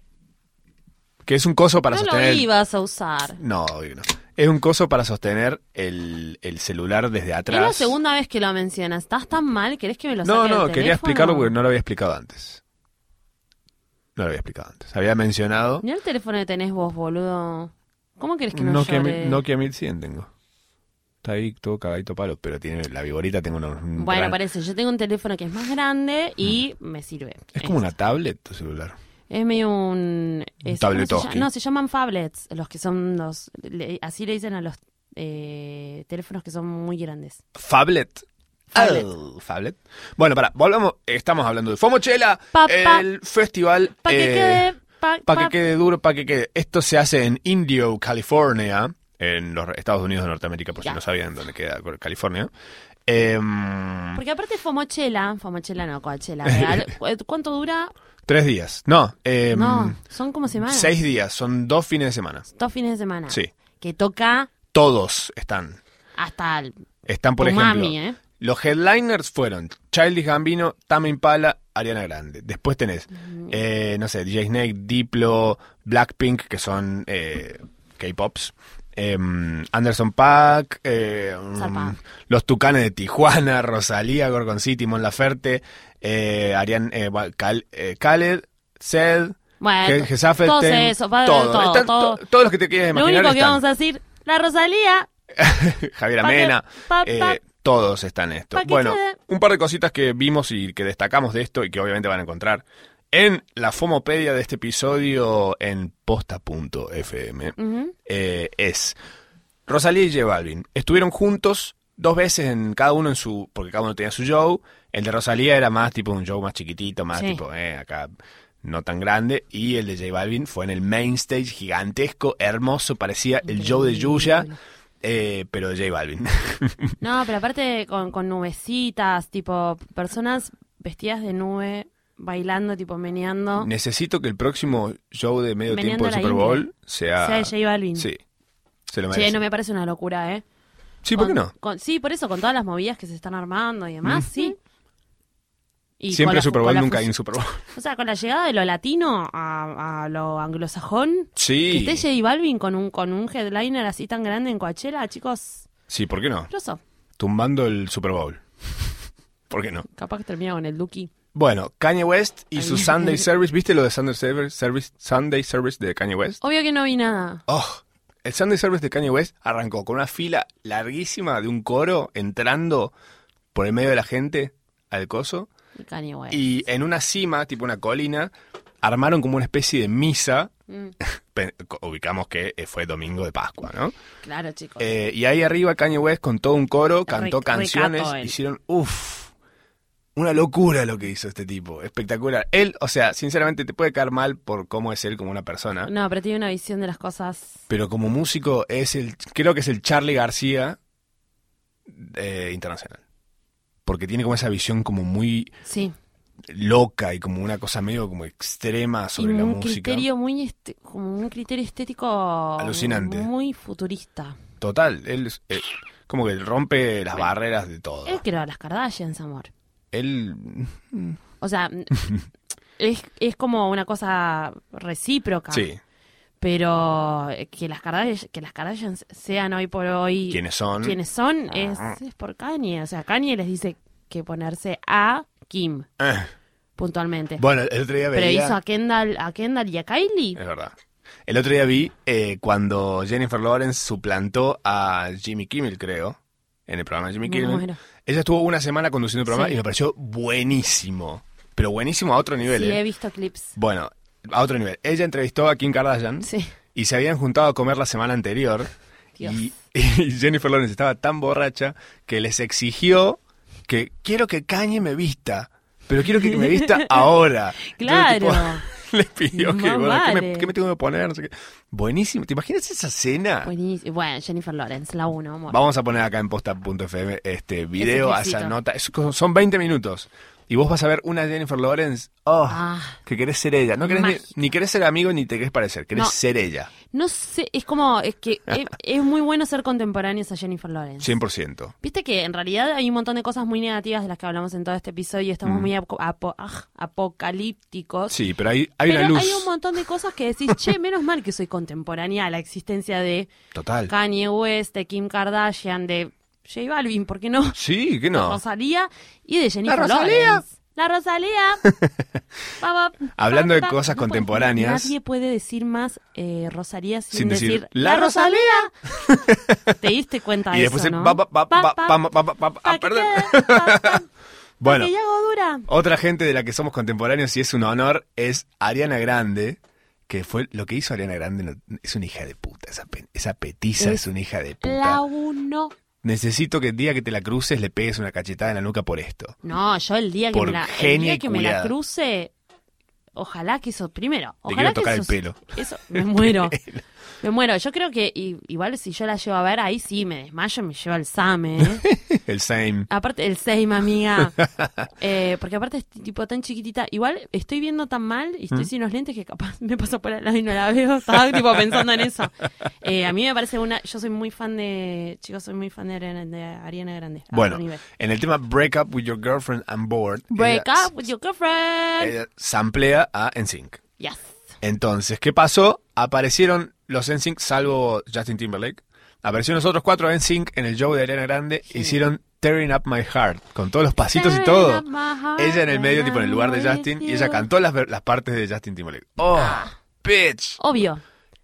Speaker 2: Que es un coso para
Speaker 3: no lo
Speaker 2: sostener. el-
Speaker 3: ibas a usar.
Speaker 2: No, obvio que no. es un coso para sostener el, el celular desde atrás.
Speaker 3: Es la segunda vez que lo mencionas. ¿Estás tan mal? ¿Querés que me lo
Speaker 2: No,
Speaker 3: saque del
Speaker 2: no, quería
Speaker 3: teléfono?
Speaker 2: explicarlo porque no lo había explicado antes. No lo había explicado antes. Había mencionado.
Speaker 3: Mirá el teléfono que tenés vos, boludo. ¿Cómo querés que no,
Speaker 2: Nokia,
Speaker 3: llore?
Speaker 2: mil- Nokia 1100 tengo. Está ahí todo cagadito palo, pero tiene la viborita, tengo una. un
Speaker 3: Bueno,
Speaker 2: gran-
Speaker 3: parece. Yo tengo un teléfono que es más grande y me sirve.
Speaker 2: Mm. Es como
Speaker 3: Eso.
Speaker 2: una tablet tu celular.
Speaker 3: Es medio un... es- ¿cómo se
Speaker 2: tabletoski.
Speaker 3: llama? No, se llaman phablets, los que son los... le- así le dicen a los eh, teléfonos que son muy grandes.
Speaker 2: Fablet.
Speaker 3: Phablet.
Speaker 2: Oh, Phablet. Bueno, para, volvamos. Estamos hablando de Fomochela,
Speaker 3: Pa, pa.
Speaker 2: el festival.
Speaker 3: Para que
Speaker 2: eh,
Speaker 3: quede... Pa,
Speaker 2: Para
Speaker 3: pa-
Speaker 2: que quede duro, para que quede. Esto se hace en Indio, California, en los Estados Unidos de Norteamérica, por
Speaker 3: Ya.
Speaker 2: si no sabían dónde queda California. Em,
Speaker 3: Porque aparte Fomochela, Fomochela no, Coachella, real. ¿Cu- ¿Cuánto dura?
Speaker 2: tres días. No, em,
Speaker 3: no, son como semanas.
Speaker 2: seis días. Son dos fines de semana.
Speaker 3: Dos fines de semana.
Speaker 2: Sí.
Speaker 3: Que toca
Speaker 2: Todos están.
Speaker 3: hasta el...
Speaker 2: Están, por
Speaker 3: tu
Speaker 2: ejemplo.
Speaker 3: mami, ¿eh?
Speaker 2: Los headliners fueron Childish Gambino, Tame Impala, Ariana Grande. Después tenés, eh, no sé, DJ Snake, Diplo, Blackpink, que son eh, K-Pops. em, Anderson Pack,
Speaker 3: Zarpado.
Speaker 2: Los Tucanes de Tijuana, Rosalía, Gorgon City, Mon Laferte, eh, Arian, eh, va- Cal- eh, Khaled, Zed,
Speaker 3: Bueno,
Speaker 2: Je- Jezafe,
Speaker 3: todo
Speaker 2: Ten-
Speaker 3: eso, Eh, va a haber
Speaker 2: todo.
Speaker 3: todo,
Speaker 2: Están
Speaker 3: todo.
Speaker 2: to- todos los que te quieras
Speaker 3: Lo
Speaker 2: imaginar
Speaker 3: único que
Speaker 2: están.
Speaker 3: vamos a decir, la Rosalía,
Speaker 2: Javier
Speaker 3: Pa' que-
Speaker 2: Amena,
Speaker 3: pa- pa-
Speaker 2: eh, todos están en esto.
Speaker 3: pa' que
Speaker 2: Bueno,
Speaker 3: quede.
Speaker 2: un par de cositas que vimos y que destacamos de esto y que obviamente van a encontrar en la fomopedia de este episodio en posta.fm
Speaker 3: ujú,
Speaker 2: eh, es Rosalía y J Balvin. Estuvieron juntos dos veces en cada uno en su porque cada uno tenía su show. El de Rosalía era más tipo un show más chiquitito, más
Speaker 3: Sí.
Speaker 2: tipo eh, acá no tan grande y el de J Balvin fue en el main stage gigantesco, hermoso, parecía el show de Yuya. eh, pero de J Balvin.
Speaker 3: No, pero aparte con, con nubecitas, tipo personas vestidas de nube, bailando, tipo meneando.
Speaker 2: Necesito que el próximo show de medio
Speaker 3: Meneando
Speaker 2: tiempo del
Speaker 3: la
Speaker 2: Super
Speaker 3: India.
Speaker 2: Bowl sea.
Speaker 3: sea de J Balvin.
Speaker 2: Sí. Se lo
Speaker 3: Che,
Speaker 2: merece.
Speaker 3: no me parece una locura, ¿eh?
Speaker 2: Sí, ¿por qué
Speaker 3: Con-
Speaker 2: no?
Speaker 3: con- sí, por eso, con todas las movidas que se están armando y demás, sí. Y con
Speaker 2: Siempre
Speaker 3: la
Speaker 2: Super
Speaker 3: fu- con
Speaker 2: Bowl,
Speaker 3: la
Speaker 2: nunca hay
Speaker 3: fusi-
Speaker 2: un Super Bowl.
Speaker 3: O sea, con la llegada de lo latino a, a lo anglosajón, que
Speaker 2: Sí.
Speaker 3: esté J Balvin con un, con un headliner así tan grande en Coachella, chicos,
Speaker 2: Sí, ¿por qué no?
Speaker 3: grosso.
Speaker 2: tumbando el Super Bowl. ¿Por qué no?
Speaker 3: Capaz que termina con el Duki.
Speaker 2: Bueno, Kanye West y su
Speaker 3: Ay.
Speaker 2: Sunday Service. ¿Viste lo de Sunday Service, Service- Sunday Service de Kanye West?
Speaker 3: Obvio que no vi nada.
Speaker 2: Oh, el Sunday Service de Kanye West arrancó con una fila larguísima de un coro entrando por el medio de la gente al coso.
Speaker 3: Kanye West.
Speaker 2: Y en una cima, tipo una colina, armaron como una especie de misa.
Speaker 3: Mm,
Speaker 2: Pe- Ubicamos que eh, fue domingo de Pascua, ¿no?
Speaker 3: claro, chicos.
Speaker 2: Eh, y ahí arriba Kanye West con todo un coro, cantó
Speaker 3: Re-
Speaker 2: canciones,
Speaker 3: recato él.
Speaker 2: hicieron, uff, una locura lo que hizo este tipo, espectacular. Él, o sea, sinceramente te puede caer mal por cómo es él como una persona,
Speaker 3: No, pero tiene una visión de las cosas.
Speaker 2: pero como músico es el, creo que es el Charlie García eh, internacional. Porque tiene como esa visión como muy
Speaker 3: Sí.
Speaker 2: loca y como una cosa medio como extrema sobre
Speaker 3: y
Speaker 2: la
Speaker 3: un
Speaker 2: música.
Speaker 3: criterio muy este- como un criterio estético
Speaker 2: Alucinante.
Speaker 3: Muy futurista.
Speaker 2: Total, él es- eh, como que rompe las barreras de todo.
Speaker 3: Él creó a las Kardashians, amor.
Speaker 2: Él
Speaker 3: O sea, es, es como una cosa recíproca.
Speaker 2: sí,
Speaker 3: Pero que las Kardashians, que las Kardashians sean hoy por hoy
Speaker 2: quiénes son. Ah.
Speaker 3: quienes son es, es por Kanye. O sea, Kanye les dice que ponerse a Kim,
Speaker 2: Eh.
Speaker 3: puntualmente.
Speaker 2: Bueno, el otro día
Speaker 3: Pero
Speaker 2: veía.
Speaker 3: hizo a Kendall, a Kendall y a Kylie.
Speaker 2: Es verdad. El otro día vi eh, cuando Jennifer Lawrence suplantó a Jimmy Kimmel, creo, en el programa de Jimmy
Speaker 3: Me
Speaker 2: Kimmel.
Speaker 3: muero.
Speaker 2: Ella estuvo una semana conduciendo el programa
Speaker 3: Sí.
Speaker 2: y me pareció buenísimo. Pero buenísimo a otro nivel.
Speaker 3: Sí,
Speaker 2: eh.
Speaker 3: he visto clips.
Speaker 2: Bueno, a otro nivel. Ella entrevistó a Kim Kardashian
Speaker 3: Sí.
Speaker 2: y se habían juntado a comer la semana anterior.
Speaker 3: Dios.
Speaker 2: Y, y Jennifer Lawrence estaba tan borracha que les exigió que quiero que Kanye me vista, pero quiero que me vista ahora. Entonces, tipo,
Speaker 3: Claro.
Speaker 2: le pidió que,
Speaker 3: Más
Speaker 2: bueno, ¿qué, me,
Speaker 3: vale.
Speaker 2: qué me tengo que poner? No sé qué. Buenísimo. ¿Te imaginas esa cena?
Speaker 3: Buenísimo. Bueno, Jennifer Lawrence, la uno, amor.
Speaker 2: Vamos a poner acá en posta.fm este video a esa
Speaker 3: clipcito.
Speaker 2: nota. Es- son 20 minutos. y vos vas a ver una Jennifer Lawrence, oh,
Speaker 3: Ah.
Speaker 2: que querés ser ella. No querés ni,
Speaker 3: Mágica.
Speaker 2: ni querés ser amigo ni te querés parecer, querés
Speaker 3: No.
Speaker 2: ser ella,
Speaker 3: No sé, es como, es que es, es muy bueno ser contemporáneos a Jennifer Lawrence.
Speaker 2: 100%.
Speaker 3: Viste que en realidad hay un montón de cosas muy negativas de las que hablamos en todo este episodio y estamos
Speaker 2: Mm.
Speaker 3: muy apo- apo- aj, apocalípticos.
Speaker 2: Sí, pero hay, hay
Speaker 3: pero
Speaker 2: una luz
Speaker 3: hay un montón de cosas que decís, che, menos mal que soy contemporánea a la existencia de
Speaker 2: total.
Speaker 3: Kanye West, de Kim Kardashian, de J Balvin, ¿por qué no?
Speaker 2: Sí, que
Speaker 3: La
Speaker 2: no.
Speaker 3: Rosalía y de Jennifer
Speaker 2: ¿La Rosalía?
Speaker 3: Lawrence. La Rosalía. Pa, pa,
Speaker 2: Hablando
Speaker 3: pa,
Speaker 2: de
Speaker 3: pa.
Speaker 2: cosas
Speaker 3: puede-
Speaker 2: contemporáneas.
Speaker 3: nadie puede decir más eh, Rosalía sin,
Speaker 2: Sin decir,
Speaker 3: decir,
Speaker 2: "La Rosalía".
Speaker 3: Te diste cuenta
Speaker 2: Y
Speaker 3: de
Speaker 2: después
Speaker 3: eso,
Speaker 2: se-
Speaker 3: ¿no?
Speaker 2: va, va, va,
Speaker 3: Pa,
Speaker 2: va,
Speaker 3: pa,
Speaker 2: va, va, va, va,
Speaker 3: pa,
Speaker 2: ah,
Speaker 3: que
Speaker 2: perdón.
Speaker 3: quede, pa, pa,
Speaker 2: Bueno,
Speaker 3: Que ya hago dura.
Speaker 2: otra gente de la que somos contemporáneos y es un honor es Ariana Grande, que fue lo que hizo Ariana Grande, no- es una hija de puta, esa, pe- esa petiza es,
Speaker 3: Es
Speaker 2: una hija de puta.
Speaker 3: La uno.
Speaker 2: Necesito que el día que te la cruces le pegues una cachetada en la nuca por esto.
Speaker 3: No, yo el día que,
Speaker 2: Por
Speaker 3: me la, el
Speaker 2: genia
Speaker 3: día
Speaker 2: y
Speaker 3: que me la
Speaker 2: culiada.
Speaker 3: cruce, ojalá que eso primero.
Speaker 2: Te
Speaker 3: Ojalá
Speaker 2: quiero tocar
Speaker 3: que
Speaker 2: el
Speaker 3: eso,
Speaker 2: pelo.
Speaker 3: Eso, me muero. me muero. Yo creo que i- igual si yo la llevo a ver, ahí sí me desmayo, me llevo al SAME. ¿eh?
Speaker 2: El same.
Speaker 3: aparte, el Seima, amiga. Eh, porque aparte es tipo tan chiquitita. Igual estoy viendo tan mal y
Speaker 2: ¿Mm?
Speaker 3: estoy sin los lentes que capaz me paso por al lado y no la veo. Estaba tipo pensando en eso. Eh, a mí me parece una. Yo soy muy fan de. Chicos, soy muy fan de Ariana, de Ariana Grande. a
Speaker 2: Bueno, eh,
Speaker 3: otro nivel.
Speaker 2: en el tema Break Up With Your Girlfriend and Board,
Speaker 3: Break
Speaker 2: ella-
Speaker 3: up with your girlfriend.
Speaker 2: ella samplea a NSYNC.
Speaker 3: Yes.
Speaker 2: Entonces, ¿qué pasó? Aparecieron los NSYNC, salvo Justin Timberlake. Aparecieron los otros cuatro NSYNC en el show de Ariana Grande. Hicieron Tearing Up My Heart, con todos los pasitos y todo. Ella en el medio, tipo en el lugar de Justin, y ella cantó las, ver- las partes de Justin Timberlake. ¡Oh,
Speaker 3: Ah.
Speaker 2: bitch!
Speaker 3: Obvio.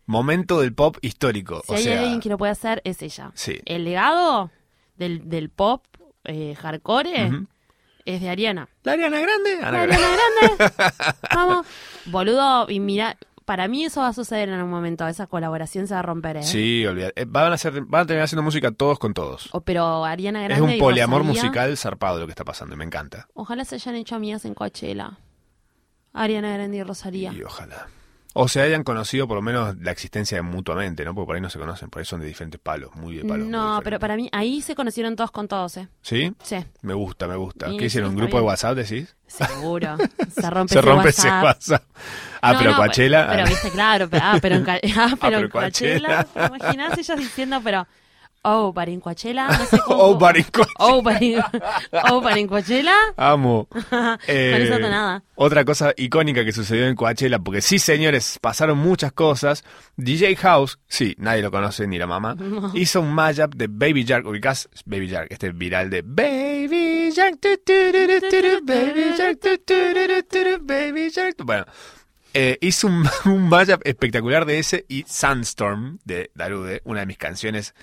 Speaker 2: Momento del pop histórico.
Speaker 3: Si
Speaker 2: o
Speaker 3: hay
Speaker 2: sea,
Speaker 3: alguien que lo puede hacer, es ella.
Speaker 2: Sí.
Speaker 3: El legado del, del pop eh, hardcore
Speaker 2: Ujú.
Speaker 3: es de Ariana.
Speaker 2: ¿La Ariana Grande? Ana Grande.
Speaker 3: Ariana Grande. Vamos. Boludo, y mira, para mí eso va a suceder en un momento. Esa colaboración se va a romper, ¿eh?
Speaker 2: Sí, olvídate. Eh, Van a, hacer, van a terminar haciendo música todos con todos.
Speaker 3: O, pero Ariana Grande.
Speaker 2: Es un
Speaker 3: y
Speaker 2: poliamor
Speaker 3: Rosalía,
Speaker 2: musical zarpado lo que está pasando, y me encanta.
Speaker 3: Ojalá se hayan hecho amigas en Coachella. Ariana Grande y Rosalía.
Speaker 2: Y ojalá. O se hayan conocido por lo menos la existencia mutuamente, ¿no? Porque por ahí no se conocen, por ahí son de diferentes palos, muy de palos. muy
Speaker 3: No, pero
Speaker 2: diferentes.
Speaker 3: para mí ahí se conocieron todos con todos, ¿eh?
Speaker 2: ¿Sí?
Speaker 3: Sí,
Speaker 2: Me gusta, me gusta.
Speaker 3: Y
Speaker 2: ¿Qué hicieron?
Speaker 3: sí,
Speaker 2: ¿Un
Speaker 3: está
Speaker 2: grupo de
Speaker 3: bien.
Speaker 2: WhatsApp decís?
Speaker 3: seguro. Se rompe
Speaker 2: se
Speaker 3: ese
Speaker 2: rompe ese
Speaker 3: WhatsApp.
Speaker 2: WhatsApp. Ah,
Speaker 3: No,
Speaker 2: pero
Speaker 3: no,
Speaker 2: Coachella.
Speaker 3: Pero,
Speaker 2: ah,
Speaker 3: viste, claro. Pero, ah, pero en, Ca- ah, pero
Speaker 2: pero
Speaker 3: en Coachella. ¿te imaginás ellos diciendo, pero. Oh, para en Coachella. No sé cómo-
Speaker 2: Oh, but in Coachella.
Speaker 3: Oh, para en, oh, para en Coachella.
Speaker 2: Amo. Eh,
Speaker 3: esa tonada.
Speaker 2: Otra cosa icónica que sucedió en Coachella, porque sí, señores, pasaron muchas cosas. DJ House, sí, nadie lo conoce ni la mamá, hizo un mashup de Baby Shark, ubicás Baby Shark, este viral de Baby Shark, tu, tu, ru, ru, tu, ru, Baby Shark, tu, tu, ru, ru, tu, ru, Baby Shark. Bueno, eh, hizo un, un mashup espectacular de ese y Sandstorm de Darude, una de mis canciones.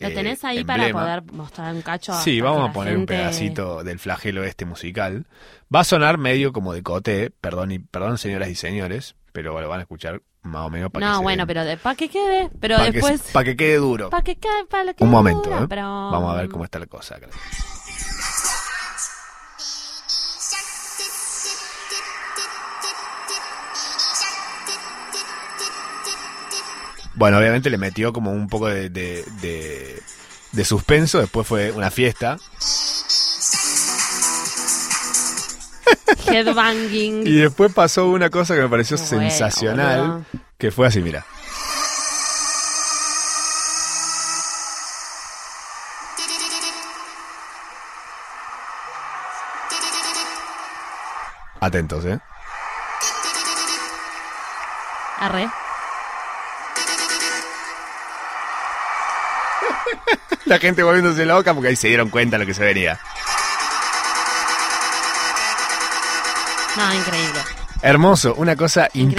Speaker 3: Lo
Speaker 2: eh,
Speaker 3: tenés ahí
Speaker 2: emblema.
Speaker 3: para poder mostrar un cacho.
Speaker 2: Sí,
Speaker 3: para
Speaker 2: vamos
Speaker 3: que
Speaker 2: a
Speaker 3: la
Speaker 2: poner un
Speaker 3: gente-
Speaker 2: pedacito del flagelo este musical. Va a sonar medio como de coté, perdón, y, perdón señoras y señores, pero lo van a escuchar más o menos para que
Speaker 3: No,
Speaker 2: se
Speaker 3: bueno,
Speaker 2: den-
Speaker 3: pero para que quede. Pero
Speaker 2: para que se-
Speaker 3: después.
Speaker 2: para que quede duro.
Speaker 3: Para que quede. Pa que
Speaker 2: Un momento,
Speaker 3: dura,
Speaker 2: ¿eh?
Speaker 3: pero-
Speaker 2: Vamos a ver cómo está la cosa. creo. Bueno, obviamente le metió como un poco de, de, de- de suspenso, después fue una fiesta.
Speaker 3: Headbanging.
Speaker 2: Y después pasó una cosa que me pareció
Speaker 3: Qué bueno,
Speaker 2: sensacional,
Speaker 3: boludo.
Speaker 2: que fue así, mira. Atentos, ¿eh?
Speaker 3: Arre.
Speaker 2: La gente volviéndose loca porque ahí se dieron cuenta de lo que se venía.
Speaker 3: No, increíble.
Speaker 2: Hermoso, una cosa
Speaker 3: Increíble.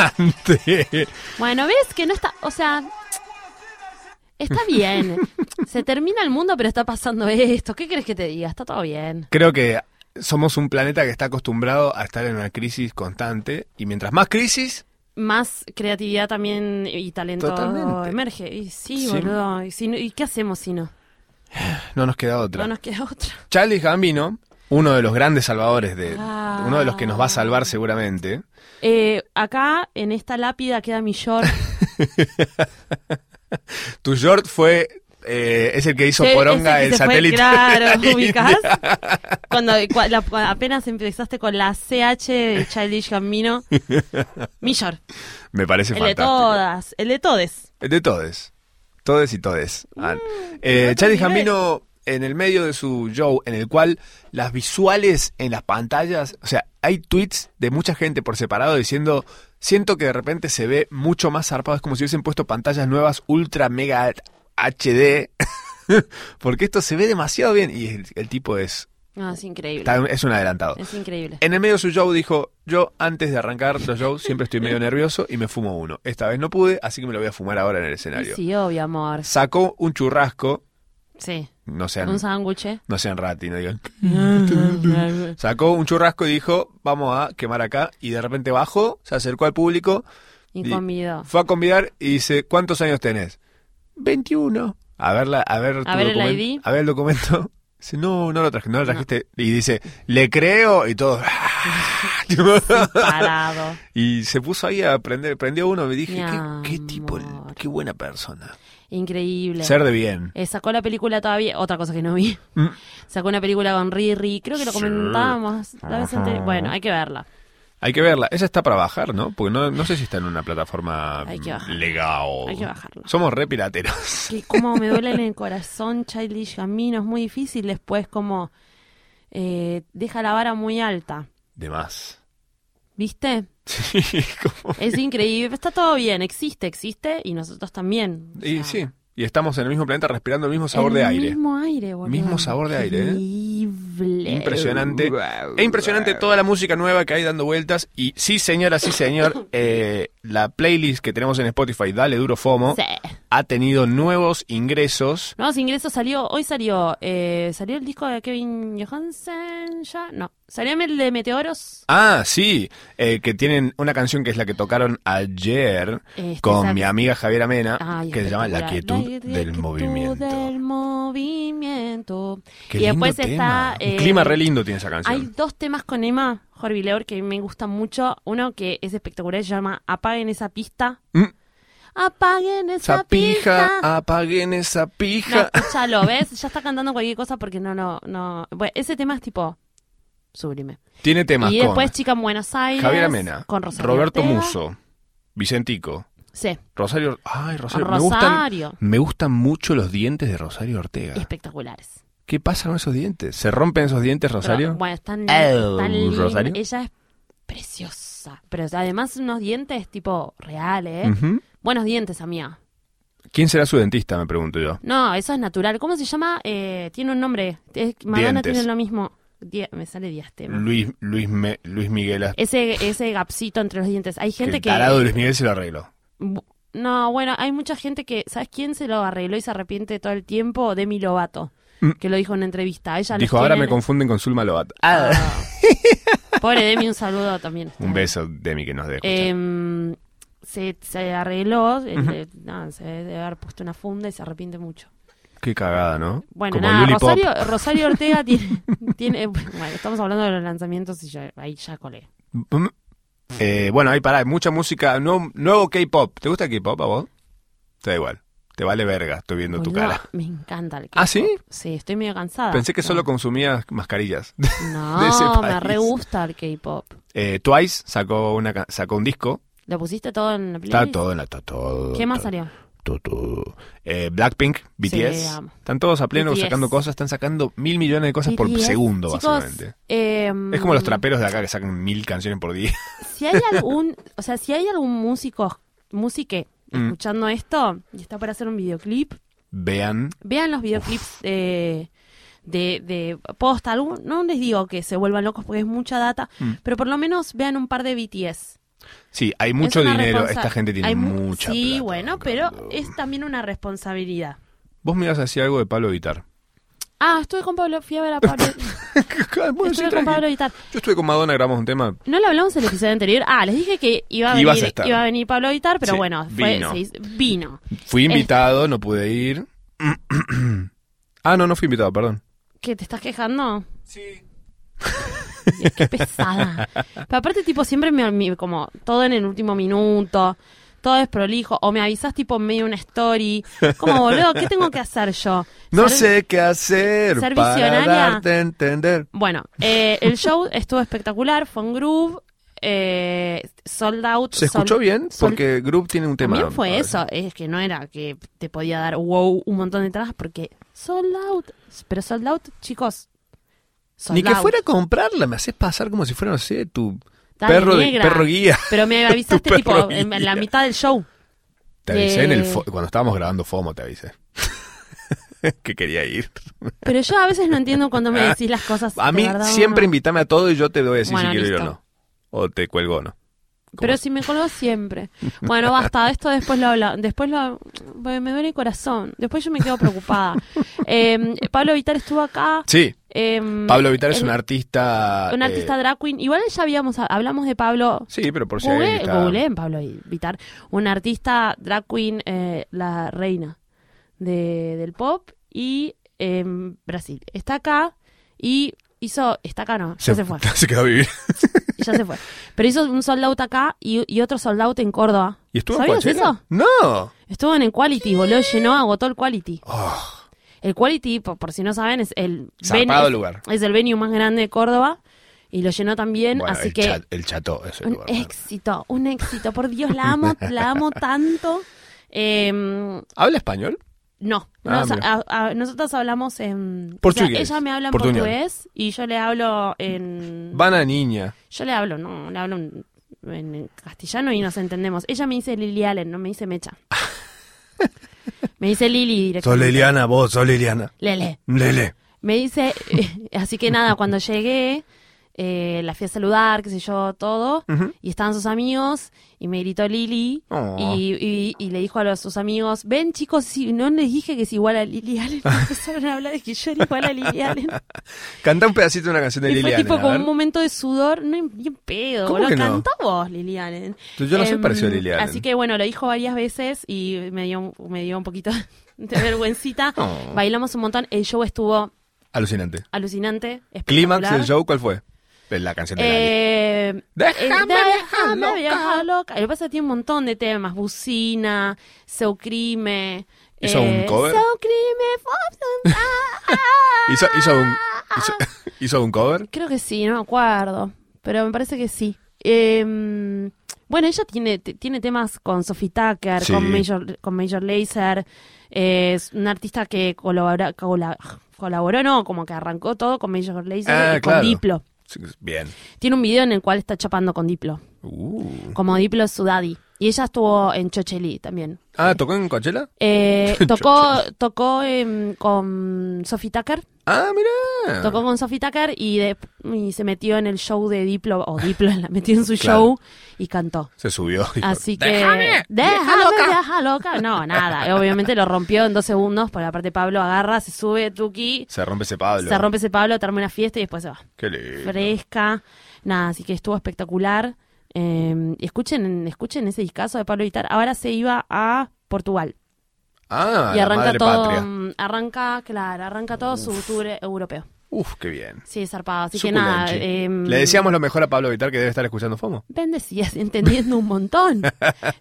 Speaker 2: impresionante.
Speaker 3: Bueno, ves que no está, o sea, está bien. Se termina el mundo, pero está pasando esto. ¿Qué crees que te diga? Está todo bien.
Speaker 2: Creo que somos un planeta que está acostumbrado a estar en una crisis constante y mientras más crisis,
Speaker 3: Más creatividad también y talento
Speaker 2: Totalmente.
Speaker 3: emerge. Y sí,
Speaker 2: Sí.
Speaker 3: boludo. Y, si no- ¿y qué hacemos si no?
Speaker 2: no nos queda otra.
Speaker 3: No nos queda otra.
Speaker 2: Charlie Gambino, uno de los grandes salvadores de
Speaker 3: Ah.
Speaker 2: uno de los que nos va a salvar seguramente.
Speaker 3: Eh, acá, en esta lápida, queda mi short.
Speaker 2: Tu short fue eh, es el que hizo
Speaker 3: Sí, ese
Speaker 2: Poronga
Speaker 3: que
Speaker 2: el
Speaker 3: se fue,
Speaker 2: satélite.
Speaker 3: claro,
Speaker 2: de la
Speaker 3: ubicás.
Speaker 2: India.
Speaker 3: Cuando, cua- la- cua- apenas empezaste con la CH de Childish Gambino. Millor.
Speaker 2: Me parece
Speaker 3: El de
Speaker 2: fantástico.
Speaker 3: todas. El de todes.
Speaker 2: De todes. Todes y todes. Ah.
Speaker 3: otro
Speaker 2: eh, Charlie
Speaker 3: nivel.
Speaker 2: Gambino en el medio de su show, en el cual las visuales en las pantallas, o sea, hay tweets de mucha gente por separado diciendo, siento que de repente se ve mucho más zarpado, es como si hubiesen puesto pantallas nuevas ultra mega HD, porque esto se ve demasiado bien y el, el tipo es,
Speaker 3: No, es increíble.
Speaker 2: está- es un adelantado.
Speaker 3: Es increíble.
Speaker 2: En el medio de su show dijo, yo antes de arrancar los shows siempre estoy medio nervioso y me fumo uno. Esta vez no pude, así que me lo voy a fumar ahora en el
Speaker 3: Y
Speaker 2: escenario.
Speaker 3: sí, obvio, amor.
Speaker 2: Sacó un churrasco,
Speaker 3: Sí.
Speaker 2: no sean,
Speaker 3: Un sándwich. eh.
Speaker 2: no sean rati, no digan.
Speaker 3: Pero
Speaker 2: Sacó un churrasco y dijo, vamos a quemar acá. Y de repente bajó, se acercó al público,
Speaker 3: Y
Speaker 2: Di-
Speaker 3: comido.
Speaker 2: fue a convidar y dice, ¿cuántos años tenés? 21. A ver, la, a ver, tu
Speaker 3: A ver el
Speaker 2: documen-
Speaker 3: ID.
Speaker 2: A ver el documento. Dice, no, no lo trajiste, no lo trajiste. Y dice, le creo y todo. ¡ah!
Speaker 3: Parado.
Speaker 2: Y se puso ahí a aprender, prendió uno y dije,
Speaker 3: Mi
Speaker 2: ¿qué, qué tipo,
Speaker 3: amor.
Speaker 2: qué buena persona.
Speaker 3: Increíble.
Speaker 2: Ser de bien.
Speaker 3: Eh, sacó la película todavía, otra cosa que no vi.
Speaker 2: Mm.
Speaker 3: Sacó una película con Riri, creo que lo
Speaker 2: Sí.
Speaker 3: comentábamos la vez anterior. Bueno, hay que verla.
Speaker 2: Hay que verla. Esa está para bajar, ¿no? Porque no, no sé si está en una plataforma
Speaker 3: Hay que bajarla.
Speaker 2: legal.
Speaker 3: Hay que bajarla.
Speaker 2: Somos re pirateros.
Speaker 3: Que como me duele en el corazón, Childish Gambino, es muy difícil después como eh, deja la vara muy alta.
Speaker 2: De más.
Speaker 3: ¿Viste?
Speaker 2: Sí, como-
Speaker 3: Es increíble, pero está todo bien, existe, existe y nosotros también. O
Speaker 2: Y
Speaker 3: sea,
Speaker 2: sí, y estamos en el mismo planeta respirando el mismo sabor
Speaker 3: el
Speaker 2: de aire.
Speaker 3: Mismo aire, boludo.
Speaker 2: Mismo sabor de aire, ¿eh?
Speaker 3: Increíble.
Speaker 2: Impresionante. Es impresionante toda la música nueva que hay dando vueltas. Y sí, señora, sí, señor. eh, la playlist que tenemos en Spotify, Dale Duro FOMO,
Speaker 3: Sí.
Speaker 2: ha tenido nuevos ingresos.
Speaker 3: Nuevos ingresos salió, hoy salió, eh, salió el disco de Kevin Johansen, ya, no, salió el de Meteoros.
Speaker 2: Ah, sí, eh, que tienen una canción que es la que tocaron ayer
Speaker 3: Este,
Speaker 2: con
Speaker 3: esa-
Speaker 2: mi amiga Javiera Mena,
Speaker 3: Ay,
Speaker 2: que se llama La
Speaker 3: espectacular.
Speaker 2: quietud del
Speaker 3: quietud
Speaker 2: movimiento.
Speaker 3: del movimiento.
Speaker 2: Qué
Speaker 3: y
Speaker 2: lindo
Speaker 3: después
Speaker 2: tema.
Speaker 3: está...
Speaker 2: Un
Speaker 3: eh,
Speaker 2: clima re lindo tiene esa
Speaker 3: Hay
Speaker 2: canción.
Speaker 3: dos temas con Emma Jorvileur que me gustan mucho. Uno que es espectacular, se llama Apaguen esa pista.
Speaker 2: Mm.
Speaker 3: Apaguen esa,
Speaker 2: Esa pija,
Speaker 3: pista.
Speaker 2: apaguen esa
Speaker 3: No,
Speaker 2: pija.
Speaker 3: escúchalo, ¿ves? Ya está cantando cualquier cosa porque no, no, no. Bueno, ese tema es tipo sublime.
Speaker 2: Tiene temas
Speaker 3: Y
Speaker 2: con
Speaker 3: después Chica en Buenos Aires.
Speaker 2: Javiera Mena,
Speaker 3: Con Rosario
Speaker 2: Roberto
Speaker 3: Ortega.
Speaker 2: Muso, Vicentico,
Speaker 3: Sí.
Speaker 2: Rosario. Ay, Rosario. Me gustan, Ah.
Speaker 3: Rosario.
Speaker 2: me gustan mucho los dientes de Rosario Ortega.
Speaker 3: Espectaculares.
Speaker 2: ¿Qué pasa con esos dientes? ¿Se rompen esos dientes,
Speaker 3: Pero,
Speaker 2: Rosario?
Speaker 3: bueno, están,
Speaker 2: Oh,
Speaker 3: están lindas.
Speaker 2: Rosario.
Speaker 3: Ella es preciosa. Pero además unos dientes tipo reales. ¿eh?
Speaker 2: Ujú.
Speaker 3: Buenos dientes, amiga.
Speaker 2: ¿Quién será su dentista? Me pregunto yo.
Speaker 3: No, eso es natural. ¿Cómo se llama? Eh, tiene un nombre. Es- Madonna
Speaker 2: Dientes.
Speaker 3: tiene lo mismo. Die- me sale diastema.
Speaker 2: Luis, Luis, Me- Luis Miguel.
Speaker 3: Ese, ese gapsito entre los dientes. Hay
Speaker 2: Que
Speaker 3: gente
Speaker 2: el tarado de
Speaker 3: que...
Speaker 2: Luis Miguel se lo arregló.
Speaker 3: Bu- No, bueno, hay mucha gente que... ¿Sabes quién se lo arregló y se arrepiente todo el tiempo? Demi Lovato.
Speaker 2: Mm.
Speaker 3: Que lo dijo en una entrevista. Ella los
Speaker 2: Dijo, ahora
Speaker 3: tiene-
Speaker 2: me confunden con Zulma Lobat.
Speaker 3: Ah. Pobre Demi, un saludo también.
Speaker 2: Un beso, Demi, que nos dé.
Speaker 3: Em, se, se arregló, eh, eh, nada, se debe haber puesto una funda y se arrepiente mucho.
Speaker 2: Qué cagada, ¿no?
Speaker 3: Bueno,
Speaker 2: Como
Speaker 3: nada,
Speaker 2: Lulipop.
Speaker 3: Rosario, Rosario Ortega tiene, tiene- Bueno, estamos hablando de los lanzamientos y ya- ahí ya colé.
Speaker 2: Mm. Eh, bueno, ahí pará, mucha música. no- nuevo K-pop. ¿Te gusta el K-pop a vos? Te da igual. Te vale verga, estoy viendo tu
Speaker 3: Boluda,
Speaker 2: cara.
Speaker 3: Pues Me encanta el
Speaker 2: ¿Ah,
Speaker 3: K-pop.
Speaker 2: sí?
Speaker 3: Sí, estoy medio cansada.
Speaker 2: Pensé que
Speaker 3: No.
Speaker 2: solo consumías mascarillas.
Speaker 3: No,
Speaker 2: de ese
Speaker 3: me
Speaker 2: país.
Speaker 3: re gusta el K-pop.
Speaker 2: Eh, Twice sacó, una, ca- sacó un disco.
Speaker 3: ¿Lo pusiste todo en la playlist?
Speaker 2: Está todo en la. Está todo.
Speaker 3: ¿Qué más
Speaker 2: todo,
Speaker 3: salió?
Speaker 2: todo, todo. Eh, Blackpink, BTS.
Speaker 3: amo.
Speaker 2: están todos a pleno
Speaker 3: BTS.
Speaker 2: sacando cosas. Están sacando mil millones de cosas por
Speaker 3: BTS.
Speaker 2: segundo,
Speaker 3: Chicos,
Speaker 2: básicamente.
Speaker 3: em,
Speaker 2: Es como los traperos de acá que sacan mil canciones por día.
Speaker 3: si hay algún, o sea, si hay algún músico, musique
Speaker 2: Mm.
Speaker 3: escuchando esto y está para hacer un videoclip,
Speaker 2: Vean.
Speaker 3: vean los videoclips eh, de, de posta. Algún- no les digo que se vuelvan locos porque es mucha data,
Speaker 2: Mm.
Speaker 3: pero por lo menos vean un par de BTS.
Speaker 2: Sí, hay mucho
Speaker 3: Es una
Speaker 2: dinero.
Speaker 3: responsa-
Speaker 2: Esta gente tiene
Speaker 3: hay mu-
Speaker 2: mucha
Speaker 3: Sí,
Speaker 2: plata.
Speaker 3: bueno, pero es también una responsabilidad.
Speaker 2: Vos me ibas a decir algo de Pablo Vitar.
Speaker 3: Ah, estuve con Pablo, fui a ver a Pablo. estuve con Pablo Vitar.
Speaker 2: Yo estuve con Madonna, grabamos un tema.
Speaker 3: No lo hablamos en el episodio anterior. Ah, les dije que iba a,
Speaker 2: Ibas a
Speaker 3: venir,
Speaker 2: estar.
Speaker 3: iba a venir Pablo Vitar, pero
Speaker 2: Sí,
Speaker 3: bueno, fue-
Speaker 2: vino.
Speaker 3: se hizo- vino.
Speaker 2: Fui
Speaker 3: Este-
Speaker 2: invitado, no pude ir. ah, no, no fui invitado, perdón.
Speaker 3: ¿Qué, te estás quejando? Sí. Qué pesada. Pero aparte, tipo, siempre me, me- como todo en el último minuto, todo es prolijo, o me avisas tipo en medio de una story, como boludo, ¿qué tengo que hacer yo?
Speaker 2: No
Speaker 3: Ser-
Speaker 2: sé qué hacer
Speaker 3: ser
Speaker 2: para
Speaker 3: visionaria.
Speaker 2: darte a entender.
Speaker 3: Bueno, eh, el show estuvo espectacular, fue un groove, eh, sold out.
Speaker 2: ¿Se escuchó
Speaker 3: sold-
Speaker 2: bien?
Speaker 3: sol-
Speaker 2: Porque Group tiene un tema.
Speaker 3: También fue
Speaker 2: Ah,
Speaker 3: eso, es que no era que te podía dar wow un montón de entradas porque sold out, pero sold out, chicos. sold
Speaker 2: Ni que
Speaker 3: out.
Speaker 2: fuera a comprarla, me haces pasar como si fuera, no sé, tu
Speaker 3: Dale,
Speaker 2: perro, de,
Speaker 3: negra.
Speaker 2: perro guía.
Speaker 3: Pero me avisaste
Speaker 2: Tu
Speaker 3: tipo
Speaker 2: perro
Speaker 3: en
Speaker 2: guía.
Speaker 3: la mitad del show.
Speaker 2: Te avisé en el
Speaker 3: Eh.
Speaker 2: fo- cuando estábamos grabando FOMO, te avisé. que quería ir.
Speaker 3: Pero yo a veces no entiendo cuando me decís las cosas.
Speaker 2: Ah, A
Speaker 3: de
Speaker 2: mí
Speaker 3: verdad o
Speaker 2: siempre
Speaker 3: no.
Speaker 2: invítame a todo y yo te voy a decir
Speaker 3: Bueno,
Speaker 2: si quiero ir o
Speaker 3: listo.
Speaker 2: no. O te cuelgo o no.
Speaker 3: Pero si me colgó siempre. Bueno, basta, esto después lo habla. Después lo. bueno, me duele el corazón. Después yo me quedo preocupada. Eh, Pablo Vitar estuvo acá.
Speaker 2: Sí,
Speaker 3: eh,
Speaker 2: Pablo Vitar es
Speaker 3: el-
Speaker 2: un artista.
Speaker 3: un
Speaker 2: eh,
Speaker 3: artista drag queen. Igual ya habíamos, hablamos de Pablo.
Speaker 2: Sí, pero por Pues si alguien
Speaker 3: Google,
Speaker 2: está-
Speaker 3: googleé en Pablo Vitar. Un artista drag queen, eh, la reina de- del pop. Y em, Brasil. Está acá y hizo. Está acá, no. Ya se fue.
Speaker 2: se quedó a vivir.
Speaker 3: ya se fue. Pero hizo un sold out acá y, y otro sold out en Córdoba.
Speaker 2: ¿Y estuvo en
Speaker 3: ¿Sabías
Speaker 2: Coachella?
Speaker 3: eso?
Speaker 2: No.
Speaker 3: Estuvo en el Quality, boludo, llenó, agotó el Quality.
Speaker 2: Oh,
Speaker 3: El Quality, po- por, si no saben, es el,
Speaker 2: Zarpado
Speaker 3: es-
Speaker 2: lugar.
Speaker 3: es el venue más grande de Córdoba y lo llenó también,
Speaker 2: bueno,
Speaker 3: así
Speaker 2: el,
Speaker 3: que
Speaker 2: cha- el chato, ese
Speaker 3: un eh.
Speaker 2: lugar.
Speaker 3: éxito, un éxito. Por Dios, la amo, la amo tanto. Eh, no,
Speaker 2: ¿Habla español? Ah,
Speaker 3: nos-
Speaker 2: mira.
Speaker 3: a- a- nosotros hablamos en
Speaker 2: Portugués,
Speaker 3: ella me habla en
Speaker 2: portuñol.
Speaker 3: portugués y yo le hablo en
Speaker 2: Vana niña.
Speaker 3: Yo le hablo, no, le hablo en, en castellano y nos entendemos. Ella me dice Lily Allen, no me dice Mecha. me dice Lili
Speaker 2: Sos
Speaker 3: directamente.
Speaker 2: Liliana, vos, sos Liliana.
Speaker 3: Lele.
Speaker 2: Lele.
Speaker 3: Me dice, así que nada, cuando llegué, eh, la fui a saludar, qué sé yo, todo,
Speaker 2: Ujú.
Speaker 3: y estaban sus amigos, y me gritó Lili,
Speaker 2: Oh.
Speaker 3: y, y- y le dijo a los, sus amigos, ven chicos, si no les dije que es igual a Lily Allen, empezaron a hablar de que yo era igual a Lily Allen.
Speaker 2: Canta un pedacito de una canción de
Speaker 3: Y fue
Speaker 2: Liliana.
Speaker 3: tipo
Speaker 2: a
Speaker 3: como
Speaker 2: ver.
Speaker 3: un momento de sudor, no bien pedo,
Speaker 2: ¿Cómo
Speaker 3: boludo.
Speaker 2: que no?
Speaker 3: Cantá vos, Liliane.
Speaker 2: Yo no soy
Speaker 3: Em,
Speaker 2: parecido a Liliane.
Speaker 3: Así que bueno, lo dijo varias veces y me dio, me dio un poquito de vergüencita.
Speaker 2: Oh.
Speaker 3: Bailamos un montón, el show estuvo
Speaker 2: Alucinante.
Speaker 3: alucinante. espectacular.
Speaker 2: ¿Clímax del show cuál fue? De La canción de Lali.
Speaker 3: Eh, eh,
Speaker 2: Déjame viajar loca.
Speaker 3: viajar loca. Lo que pasa es que tiene un montón de temas, Bucina, eh, Seucrime.
Speaker 2: ¿Hizo un cover?
Speaker 3: Seucrime, Fobson, ah, ah.
Speaker 2: ¿Hizo, hizo un, hizo, hizo un cover?
Speaker 3: Creo que sí, no me acuerdo. Pero me parece que sí. Eh, bueno, ella tiene, t- tiene temas con Sophie Tucker,
Speaker 2: Sí.
Speaker 3: con Major, con Major Lazer. Eh, es una artista que colabora, cola- colaboró, no, como que arrancó todo con Major Lazer
Speaker 2: Ah,
Speaker 3: y
Speaker 2: claro.
Speaker 3: con Diplo.
Speaker 2: Sí, Bien.
Speaker 3: Tiene un video en el cual está chapando con Diplo.
Speaker 2: Uh.
Speaker 3: Como Diplo es su daddy. Y ella estuvo en Chocheli también.
Speaker 2: Ah, ¿tocó en Coachella?
Speaker 3: Eh, tocó tocó em, con Sophie Tucker.
Speaker 2: Ah, mirá.
Speaker 3: Tocó con Sophie Tucker y, de- y se metió en el show de Diplo, o Diplo la metió en su
Speaker 2: Claro.
Speaker 3: show y cantó.
Speaker 2: Se subió. dijo,
Speaker 3: Así que.
Speaker 2: "Déjame, vieja
Speaker 3: ¡Déjalo,
Speaker 2: loca".
Speaker 3: vieja loca! No, nada. Obviamente lo rompió en dos segundos, porque aparte Pablo agarra, se sube, Tuki,
Speaker 2: Se rompe ese Pablo.
Speaker 3: se rompe ese Pablo, termina una fiesta y después se va.
Speaker 2: Qué lindo.
Speaker 3: Fresca. Nada, así que estuvo espectacular. Eh, escuchen, escuchen ese discazo de Pablo Vitar. Ahora se iba a Portugal.
Speaker 2: Ah,
Speaker 3: y
Speaker 2: la
Speaker 3: arranca
Speaker 2: madre
Speaker 3: todo.
Speaker 2: patria.
Speaker 3: mm, Arranca, claro, arranca todo su tour europeo.
Speaker 2: Uf, qué bien.
Speaker 3: Sí, zarpado. Así
Speaker 2: Suculenchi.
Speaker 3: que nada. em,
Speaker 2: Le decíamos lo mejor a Pablo Vitar que debe estar escuchando FOMO.
Speaker 3: Bendecidas, entendiendo un montón.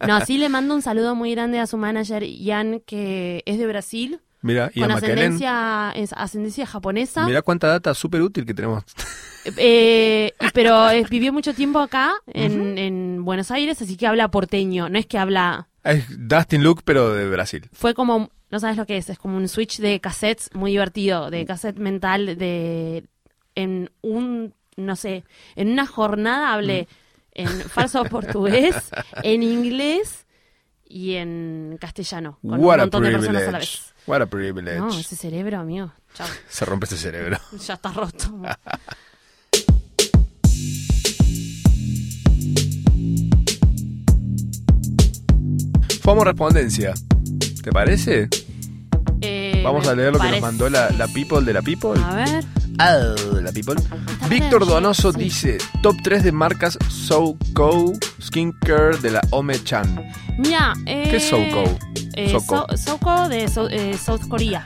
Speaker 3: No, sí le mando un saludo muy grande a su manager, Ian, que es de Brasil,
Speaker 2: Mira, y
Speaker 3: con
Speaker 2: a Maquelén.
Speaker 3: ascendencia, es- ascendencia japonesa,
Speaker 2: Mira cuánta data súper útil que tenemos.
Speaker 3: Eh, y- pero eh, vivió mucho tiempo acá, en, en Buenos Aires, así que habla porteño, no es que habla...
Speaker 2: Es Dustin Luke, pero de Brasil.
Speaker 3: Fue como, no sabes lo que es, es como un switch de cassettes muy divertido,
Speaker 2: Mm.
Speaker 3: de cassette mental, de... En un, no sé, en una jornada hablé
Speaker 2: Mm.
Speaker 3: en falso portugués, en inglés y en castellano, con
Speaker 2: What
Speaker 3: un
Speaker 2: a
Speaker 3: montón de personas a la
Speaker 2: privilege.
Speaker 3: vez.
Speaker 2: What a privilege.
Speaker 3: No, ese cerebro, amigo, chao,
Speaker 2: Se rompe ese cerebro.
Speaker 3: ya está roto.
Speaker 2: FOMO Respondencia. ¿Te parece?
Speaker 3: Eh,
Speaker 2: Vamos
Speaker 3: me
Speaker 2: a leer lo que
Speaker 3: parece-
Speaker 2: nos mandó la, la People de la People.
Speaker 3: A ver,
Speaker 2: Ah, la people. Víctor Donoso dice: Top 3 de marcas SoCo Skincare de la Ome Chan.
Speaker 3: mira, eh,
Speaker 2: ¿Qué es SoCo?
Speaker 3: eh,
Speaker 2: Soco.
Speaker 3: So- Soco de So- eh, South Korea,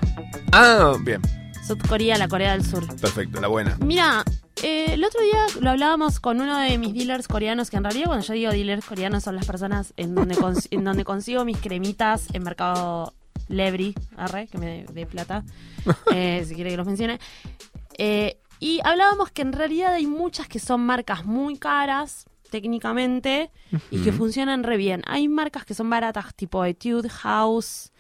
Speaker 2: Ah, bien,
Speaker 3: South Korea, la Corea del Sur.
Speaker 2: perfecto, la buena.
Speaker 3: Mira, Eh, el otro día lo hablábamos con uno de mis dealers coreanos, que en realidad cuando yo digo dealers coreanos son las personas en donde, cons- en donde consigo mis cremitas en mercado Lebri, arre, que me dé plata, eh, si quiere que los mencione. Eh, y hablábamos que en realidad hay muchas que son marcas muy caras técnicamente y que funcionan re bien. Hay marcas que son baratas, tipo Etude House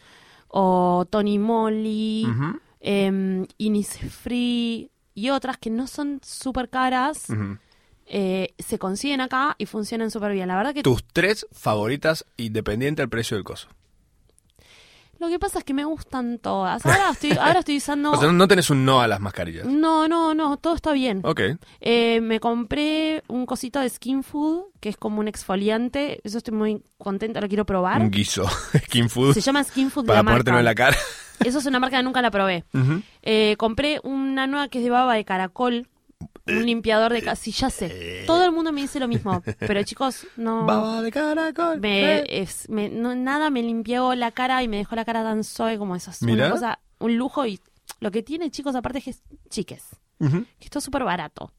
Speaker 3: o Tony Moly
Speaker 2: Ujú,
Speaker 3: eh, Innisfree y otras que no son súper caras,
Speaker 2: ujú.
Speaker 3: eh, se consiguen acá y funcionan súper bien. La verdad que
Speaker 2: Tus tres favoritas independiente al precio del coso.
Speaker 3: lo que pasa es que me gustan todas. Ahora estoy, ahora estoy usando...
Speaker 2: O sea, no tenés un no a las mascarillas.
Speaker 3: No, no, no, todo está bien.
Speaker 2: Ok.
Speaker 3: Eh, me compré un cosito de Skin Food, que es como un exfoliante. Eso estoy muy contenta, lo quiero probar.
Speaker 2: Un guiso. Skin food.
Speaker 3: Se llama Skin Food
Speaker 2: para
Speaker 3: la marca.
Speaker 2: ponértelo en la cara.
Speaker 3: Eso es una marca que nunca la probé.
Speaker 2: Ujú.
Speaker 3: Eh, compré una nueva que es de baba de caracol.
Speaker 2: Eh,
Speaker 3: Un limpiador de... ca- Sí, ya sé. Todo el mundo me dice lo mismo. Pero chicos, no...
Speaker 2: Baba de caracol.
Speaker 3: Me,
Speaker 2: eh.
Speaker 3: es- me- no- nada me limpió la cara y me dejó la cara tan suave como eso. Es
Speaker 2: Mirá.
Speaker 3: una cosa, un lujo. Y lo que tiene, chicos, aparte es que es chiques.
Speaker 2: Ujú.
Speaker 3: Que esto es súper barato.